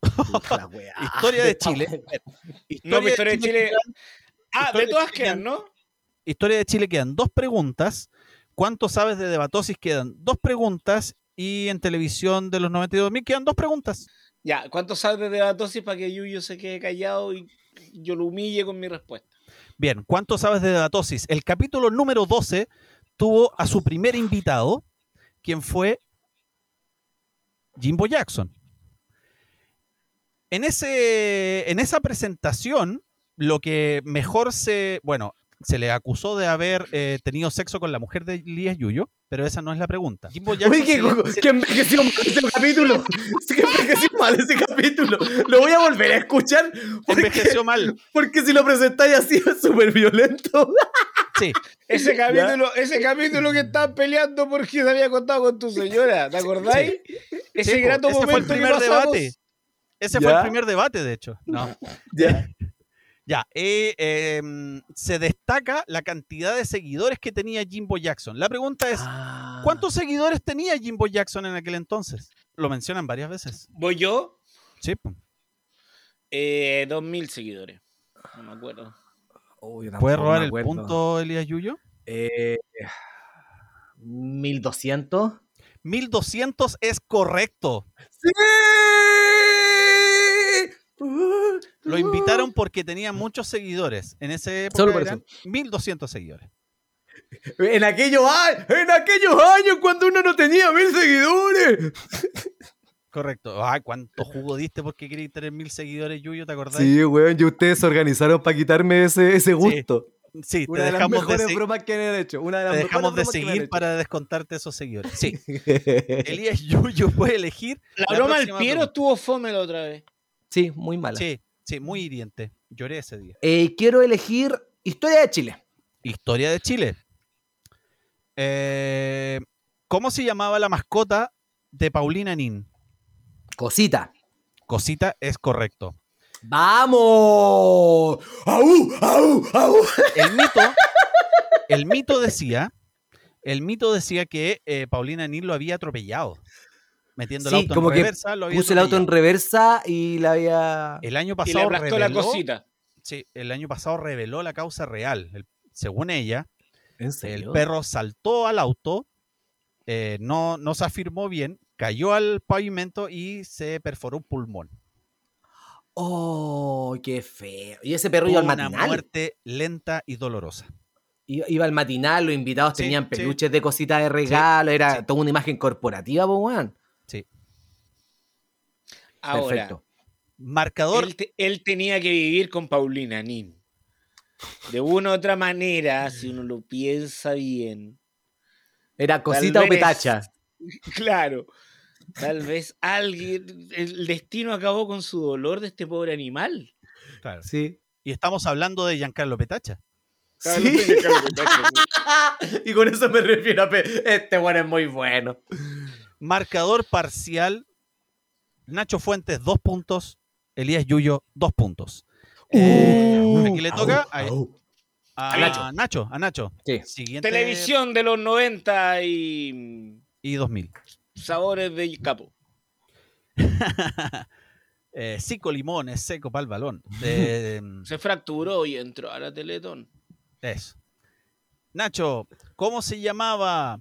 Speaker 4: Puta la Ah, weá.
Speaker 2: Historia de Chile.
Speaker 3: ah, No, mi historia de Chile. Ah,
Speaker 2: historia
Speaker 3: de
Speaker 2: de
Speaker 3: todas
Speaker 2: Chile.
Speaker 3: quedan, ¿no?
Speaker 2: Historia de Chile quedan dos preguntas. ¿Cuánto sabes de Debatosis? Quedan dos preguntas. Y en televisión de los 92.000 quedan dos preguntas.
Speaker 3: Ya, ¿cuánto sabes de Debatosis para que Yuyo se quede callado y yo lo humille con mi respuesta?
Speaker 2: Bien, ¿cuánto sabes de Debatosis? El capítulo número 12 tuvo a su primer invitado, quien fue Jimbo Jackson. En, ese, en esa presentación, lo que mejor se. Bueno, se le acusó de haber eh, tenido sexo con la mujer de Elías Yuyo, pero esa no es la pregunta. Jimbo Jackson
Speaker 4: Uy, que,
Speaker 2: se le- se-
Speaker 4: que envejeció mal ese capítulo. Sí, que envejeció mal ese capítulo. Lo voy a volver a escuchar porque,
Speaker 2: envejeció mal.
Speaker 4: porque si lo presentáis así es súper violento.
Speaker 2: Sí.
Speaker 3: Ese capítulo, ese capítulo que estabas peleando porque te había contado con tu señora, ¿te acordáis? Ese
Speaker 2: Sí, po,
Speaker 3: grato
Speaker 2: ese
Speaker 3: momento
Speaker 2: fue el
Speaker 3: que
Speaker 2: primer
Speaker 3: pasamos.
Speaker 2: debate. Ese fue
Speaker 4: Ya.
Speaker 2: el primer debate, de hecho. No.
Speaker 4: Ya.
Speaker 2: Ya, eh, em, se destaca la cantidad de seguidores que tenía Jimbo Jackson. La pregunta es,
Speaker 4: Ah.
Speaker 2: ¿cuántos seguidores tenía Jimbo Jackson en aquel entonces? Lo mencionan varias veces.
Speaker 3: Voy yo,
Speaker 2: Sí, pues, po.
Speaker 3: eh, 2.000 seguidores. No me acuerdo.
Speaker 4: Uy, oh, yo
Speaker 2: ¿Puede
Speaker 4: tampoco
Speaker 2: robar
Speaker 4: me
Speaker 2: el
Speaker 4: acuerdo.
Speaker 2: punto Elías Yuyo?
Speaker 4: Eh, 1200.
Speaker 2: 1200 es correcto.
Speaker 4: ¡Sí! Uh.
Speaker 2: Lo invitaron porque tenía muchos seguidores. En ese época
Speaker 4: Solo por
Speaker 2: eran 1200 seguidores.
Speaker 4: En aquellos, a- en aquellos años cuando uno no tenía mil seguidores.
Speaker 2: Correcto. Ay, cuánto jugo diste porque querías tener mil seguidores, Yuyo, ¿te acordás?
Speaker 4: Sí, weón, y ustedes se organizaron para quitarme ese, ese gusto.
Speaker 2: Sí, te
Speaker 4: Una de las
Speaker 2: dejamos de,
Speaker 4: mejores
Speaker 2: se-
Speaker 4: bromas que me han hecho. Una de
Speaker 2: te
Speaker 4: las
Speaker 2: dejamos de
Speaker 4: mejores
Speaker 2: seguir
Speaker 4: bromas
Speaker 2: para descontarte esos seguidores. Sí.
Speaker 4: que me han hecho.
Speaker 2: Elías Yuyo puede elegir
Speaker 3: La,
Speaker 2: La
Speaker 3: broma del
Speaker 2: próxima
Speaker 3: Piero
Speaker 2: pregunta.
Speaker 3: estuvo fome la otra vez.
Speaker 4: Sí, muy mala.
Speaker 2: Sí, sí, muy hiriente. Lloré ese día.
Speaker 4: Eh, quiero elegir Historia de Chile.
Speaker 2: Historia de Chile. Eh, ¿Cómo se llamaba la mascota de Paulina Nin?
Speaker 4: Cosita.
Speaker 2: Cosita es correcto.
Speaker 4: ¡Vamos! ¡Au! ¡Au! ¡Au!
Speaker 2: El mito, el mito decía, el mito decía que eh, Paulina Nin lo había atropellado. Metiendo
Speaker 4: Sí,
Speaker 2: el auto
Speaker 4: como
Speaker 2: en
Speaker 4: que
Speaker 2: reversa, lo había
Speaker 4: Puse el auto en
Speaker 2: atropellado.
Speaker 4: reversa y la había.
Speaker 2: El año
Speaker 3: Y le
Speaker 2: pasado
Speaker 3: aplastó la
Speaker 2: reveló-
Speaker 3: cosita.
Speaker 2: sí, el año pasado reveló la causa real. El- según ella,
Speaker 4: ¿En
Speaker 2: el perro saltó al auto, eh, no, no se afirmó bien, cayó al pavimento y se perforó un pulmón.
Speaker 4: ¡Oh, qué feo! Y ese perro iba al
Speaker 2: Tuvo una
Speaker 4: matinal.
Speaker 2: muerte lenta y dolorosa.
Speaker 4: Iba iba al matinal, los invitados
Speaker 2: Sí,
Speaker 4: tenían
Speaker 2: sí.
Speaker 4: peluches de cositas de regalo, era
Speaker 2: sí.
Speaker 4: toda una imagen corporativa, po, weón.
Speaker 3: Ahora,
Speaker 4: Perfecto.
Speaker 2: Marcador
Speaker 3: él, te- él tenía que vivir con Paulina Nin. De una u otra manera, si uno lo piensa bien.
Speaker 4: Era cosita o
Speaker 3: vez.
Speaker 4: petacha.
Speaker 3: Claro. Tal vez alguien, el destino acabó con su dolor de este pobre animal.
Speaker 2: Claro.
Speaker 4: Sí.
Speaker 2: Y estamos hablando de Giancarlo Petacha.
Speaker 4: Sí. y con eso me refiero a. pe- Este weón es muy bueno.
Speaker 2: Marcador parcial. Nacho Fuentes, dos puntos. Elías Yuyo, dos puntos.
Speaker 4: Uh,
Speaker 2: Eh, aquí le toca a, a
Speaker 3: A
Speaker 2: Nacho.
Speaker 3: Nacho.
Speaker 2: a Nacho.
Speaker 4: Sí.
Speaker 2: Siguiente
Speaker 3: Televisión de los 90 y mm,
Speaker 2: y 2000.
Speaker 3: sabores de capo.
Speaker 2: Eh, cinco limones, seco para el balón. Eh,
Speaker 3: Se fracturó y entró a la Teletón.
Speaker 2: eso. Nacho, ¿cómo se llamaba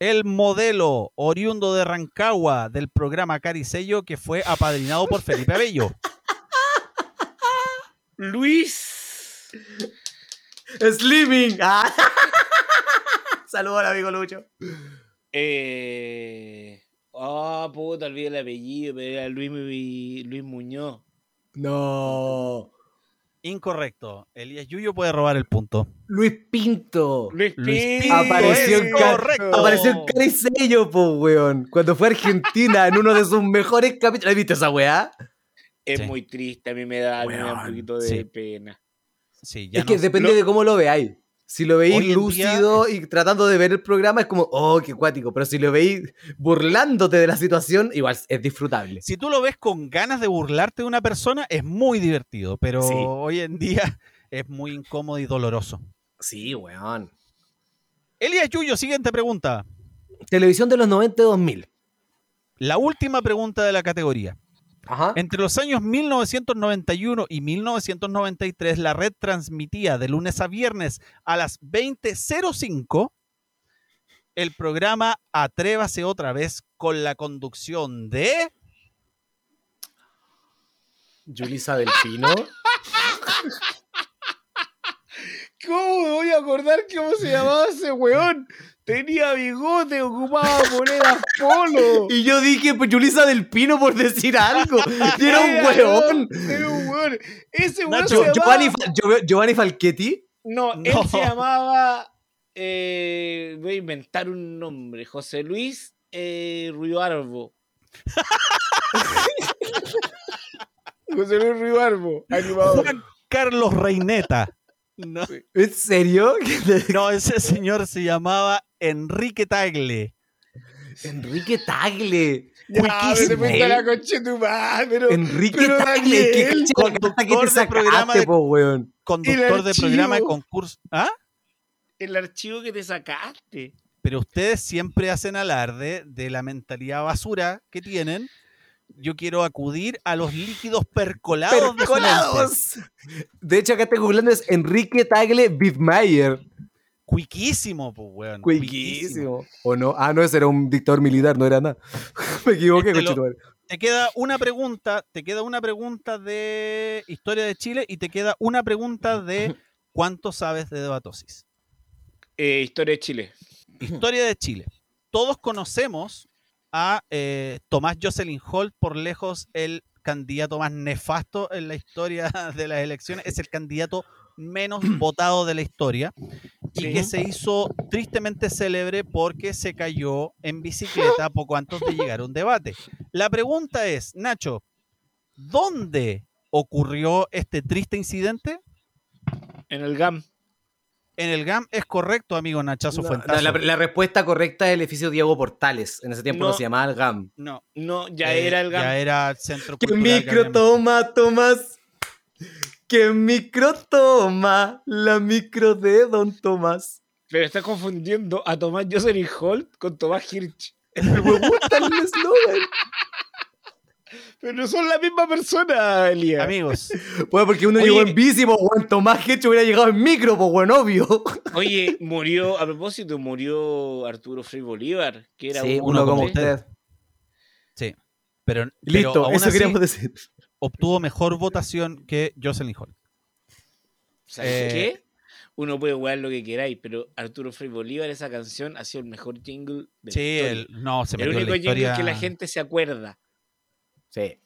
Speaker 2: el modelo oriundo de Rancagua del programa Caricello que fue apadrinado por Felipe Abello?
Speaker 3: Luis.
Speaker 4: Slimming. Ah. Saludos al amigo Lucho.
Speaker 3: Eh, ah, puta, olvidé el apellido, pero era Luis, Mu- Luis Muñoz.
Speaker 4: No.
Speaker 2: Incorrecto. Elías Yuyo puede robar el punto.
Speaker 4: Luis Pinto.
Speaker 3: Luis,
Speaker 2: Luis
Speaker 3: Pinto.
Speaker 2: Pinto
Speaker 4: Apareció
Speaker 2: es
Speaker 4: en Ca-
Speaker 2: correcto.
Speaker 4: Apareció en Caricello, po, weón. Cuando fue a Argentina en uno de sus mejores capítulos. ¿Has visto esa weá?
Speaker 3: Es
Speaker 2: Sí.
Speaker 3: muy triste, a mí me da, me da
Speaker 4: Weón,
Speaker 3: un poquito de
Speaker 2: sí.
Speaker 3: pena.
Speaker 2: Sí, ya
Speaker 4: Es que
Speaker 2: no-
Speaker 4: depende
Speaker 3: Lo-
Speaker 4: de cómo lo veáis. Si lo
Speaker 2: Hoy en
Speaker 4: veis
Speaker 2: día-
Speaker 4: lúcido y tratando de ver el programa, es como, oh, qué cuático. Pero si lo veis burlándote de la situación, igual es disfrutable.
Speaker 2: Si tú lo ves con ganas de burlarte de una persona, es muy divertido, pero
Speaker 4: Sí.
Speaker 2: hoy en día es muy incómodo y doloroso.
Speaker 4: Sí, weón.
Speaker 2: Elías Yuyo, siguiente pregunta.
Speaker 4: Televisión de los 90 y 2000.
Speaker 2: La última pregunta de la categoría.
Speaker 4: Ajá.
Speaker 2: Entre los años 1991 y 1993, la red transmitía de lunes a viernes a las 20.05 el programa Atrévase otra vez con la conducción de...
Speaker 4: Julisa del Pino.
Speaker 3: ¿Cómo me voy a acordar cómo se llamaba ese weón? Tenía bigote, ocupaba monedas polo.
Speaker 4: y yo dije, pues Julisa del Pino por decir algo. Y era un weón.
Speaker 3: Era un weón. Ese weón
Speaker 2: Nacho,
Speaker 3: se llamaba...
Speaker 4: Yo- Giovanni, Fa- Gio- Giovanni Falchetti.
Speaker 3: No, él
Speaker 2: No.
Speaker 3: se llamaba... eh, voy a inventar un nombre. José Luis eh, Ruibarbo. José Luis Ruibarbo, animador.
Speaker 2: Juan Carlos Reineta. No,
Speaker 4: ¿En serio?
Speaker 2: no, ese señor se llamaba Enrique Tagle.
Speaker 4: Enrique Tagle.
Speaker 3: Ya, pero
Speaker 4: Uy, ¿qué
Speaker 3: te
Speaker 4: hiciste?
Speaker 3: fuiste a la concha de tu madre, pero...
Speaker 4: Enrique
Speaker 3: pero
Speaker 4: Tagle.
Speaker 3: Daniel,
Speaker 4: ¿Qué cacha la carta que te
Speaker 2: conductor de programa
Speaker 4: sacaste,
Speaker 2: de-
Speaker 4: po, weón?
Speaker 2: Conductor de
Speaker 3: archivo.
Speaker 2: programa de concurso. ¿Ah?
Speaker 3: El archivo que te sacaste.
Speaker 2: Pero ustedes siempre hacen alarde de la mentalidad basura que tienen. Yo quiero acudir a los líquidos percolados. de su mente.
Speaker 4: Percolados. De hecho, acá estoy googlando es Enrique Tagle Bittmeyer.
Speaker 2: Cuiquísimo, pues, weón.
Speaker 4: Cuiquísimo. ¿O no? Ah, no, ese era un dictador militar, no era nada. Me equivoqué,
Speaker 2: Este lo-
Speaker 4: conchetumare.
Speaker 2: Te queda una pregunta, te queda una pregunta de historia de Chile y te queda una pregunta de cuánto sabes de debatosis.
Speaker 3: Eh, Historia de Chile.
Speaker 4: Mm.
Speaker 2: Historia de Chile. Todos conocemos a eh, Tomás Jocelyn Holt, por lejos el candidato más nefasto en la historia de las elecciones. Es el candidato menos votado de la historia y
Speaker 3: Sí.
Speaker 2: que se hizo tristemente célebre porque se cayó en bicicleta poco antes de llegar a un debate. La pregunta es, Nacho, ¿dónde ocurrió este triste incidente?
Speaker 3: En el GAM.
Speaker 2: En el GAM es correcto, amigo Nachazo
Speaker 4: No,
Speaker 2: Fuentazo.
Speaker 4: no, la, la respuesta correcta es el edificio Diego Portales. En ese tiempo no,
Speaker 3: No.
Speaker 4: se llamaba el GAM.
Speaker 2: No,
Speaker 3: No, ya
Speaker 2: eh,
Speaker 3: era el GAM.
Speaker 2: Ya era Centro
Speaker 4: ¡Qué
Speaker 2: Cultural
Speaker 4: micro
Speaker 2: Gabriel
Speaker 4: toma, Tomás! ¡Qué micro toma! La micro de Don Tomás.
Speaker 3: Pero está confundiendo a Tomás Jocelyn Holt con Tomás Hirsch.
Speaker 4: Me gusta el eslogan.
Speaker 3: Pero no son la misma persona, Elías.
Speaker 2: Amigos,
Speaker 4: Pues porque uno
Speaker 3: Oye.
Speaker 4: llegó en bici, pues, weón. Tomás Hecho hubiera llegado en micro, pues, weón, obvio.
Speaker 3: Oye, murió, a propósito, murió Arturo Frei Bolívar, que era
Speaker 4: Sí,
Speaker 3: un-
Speaker 4: uno como
Speaker 3: de-
Speaker 4: usted.
Speaker 2: pero, pero
Speaker 4: Listo,
Speaker 2: aún
Speaker 4: eso
Speaker 2: así
Speaker 4: queríamos decir.
Speaker 2: obtuvo mejor votación que Jocelyn Hall.
Speaker 3: ¿Sabes
Speaker 2: Eh.
Speaker 3: qué? Uno puede jugar lo que queráis, pero Arturo Frei Bolívar, esa canción, ha sido el mejor jingle de la
Speaker 2: Sí,
Speaker 3: historia.
Speaker 2: el, no, se
Speaker 3: El
Speaker 2: metió en
Speaker 3: único
Speaker 2: la historia.
Speaker 3: jingle que la gente se acuerda.
Speaker 4: Sí.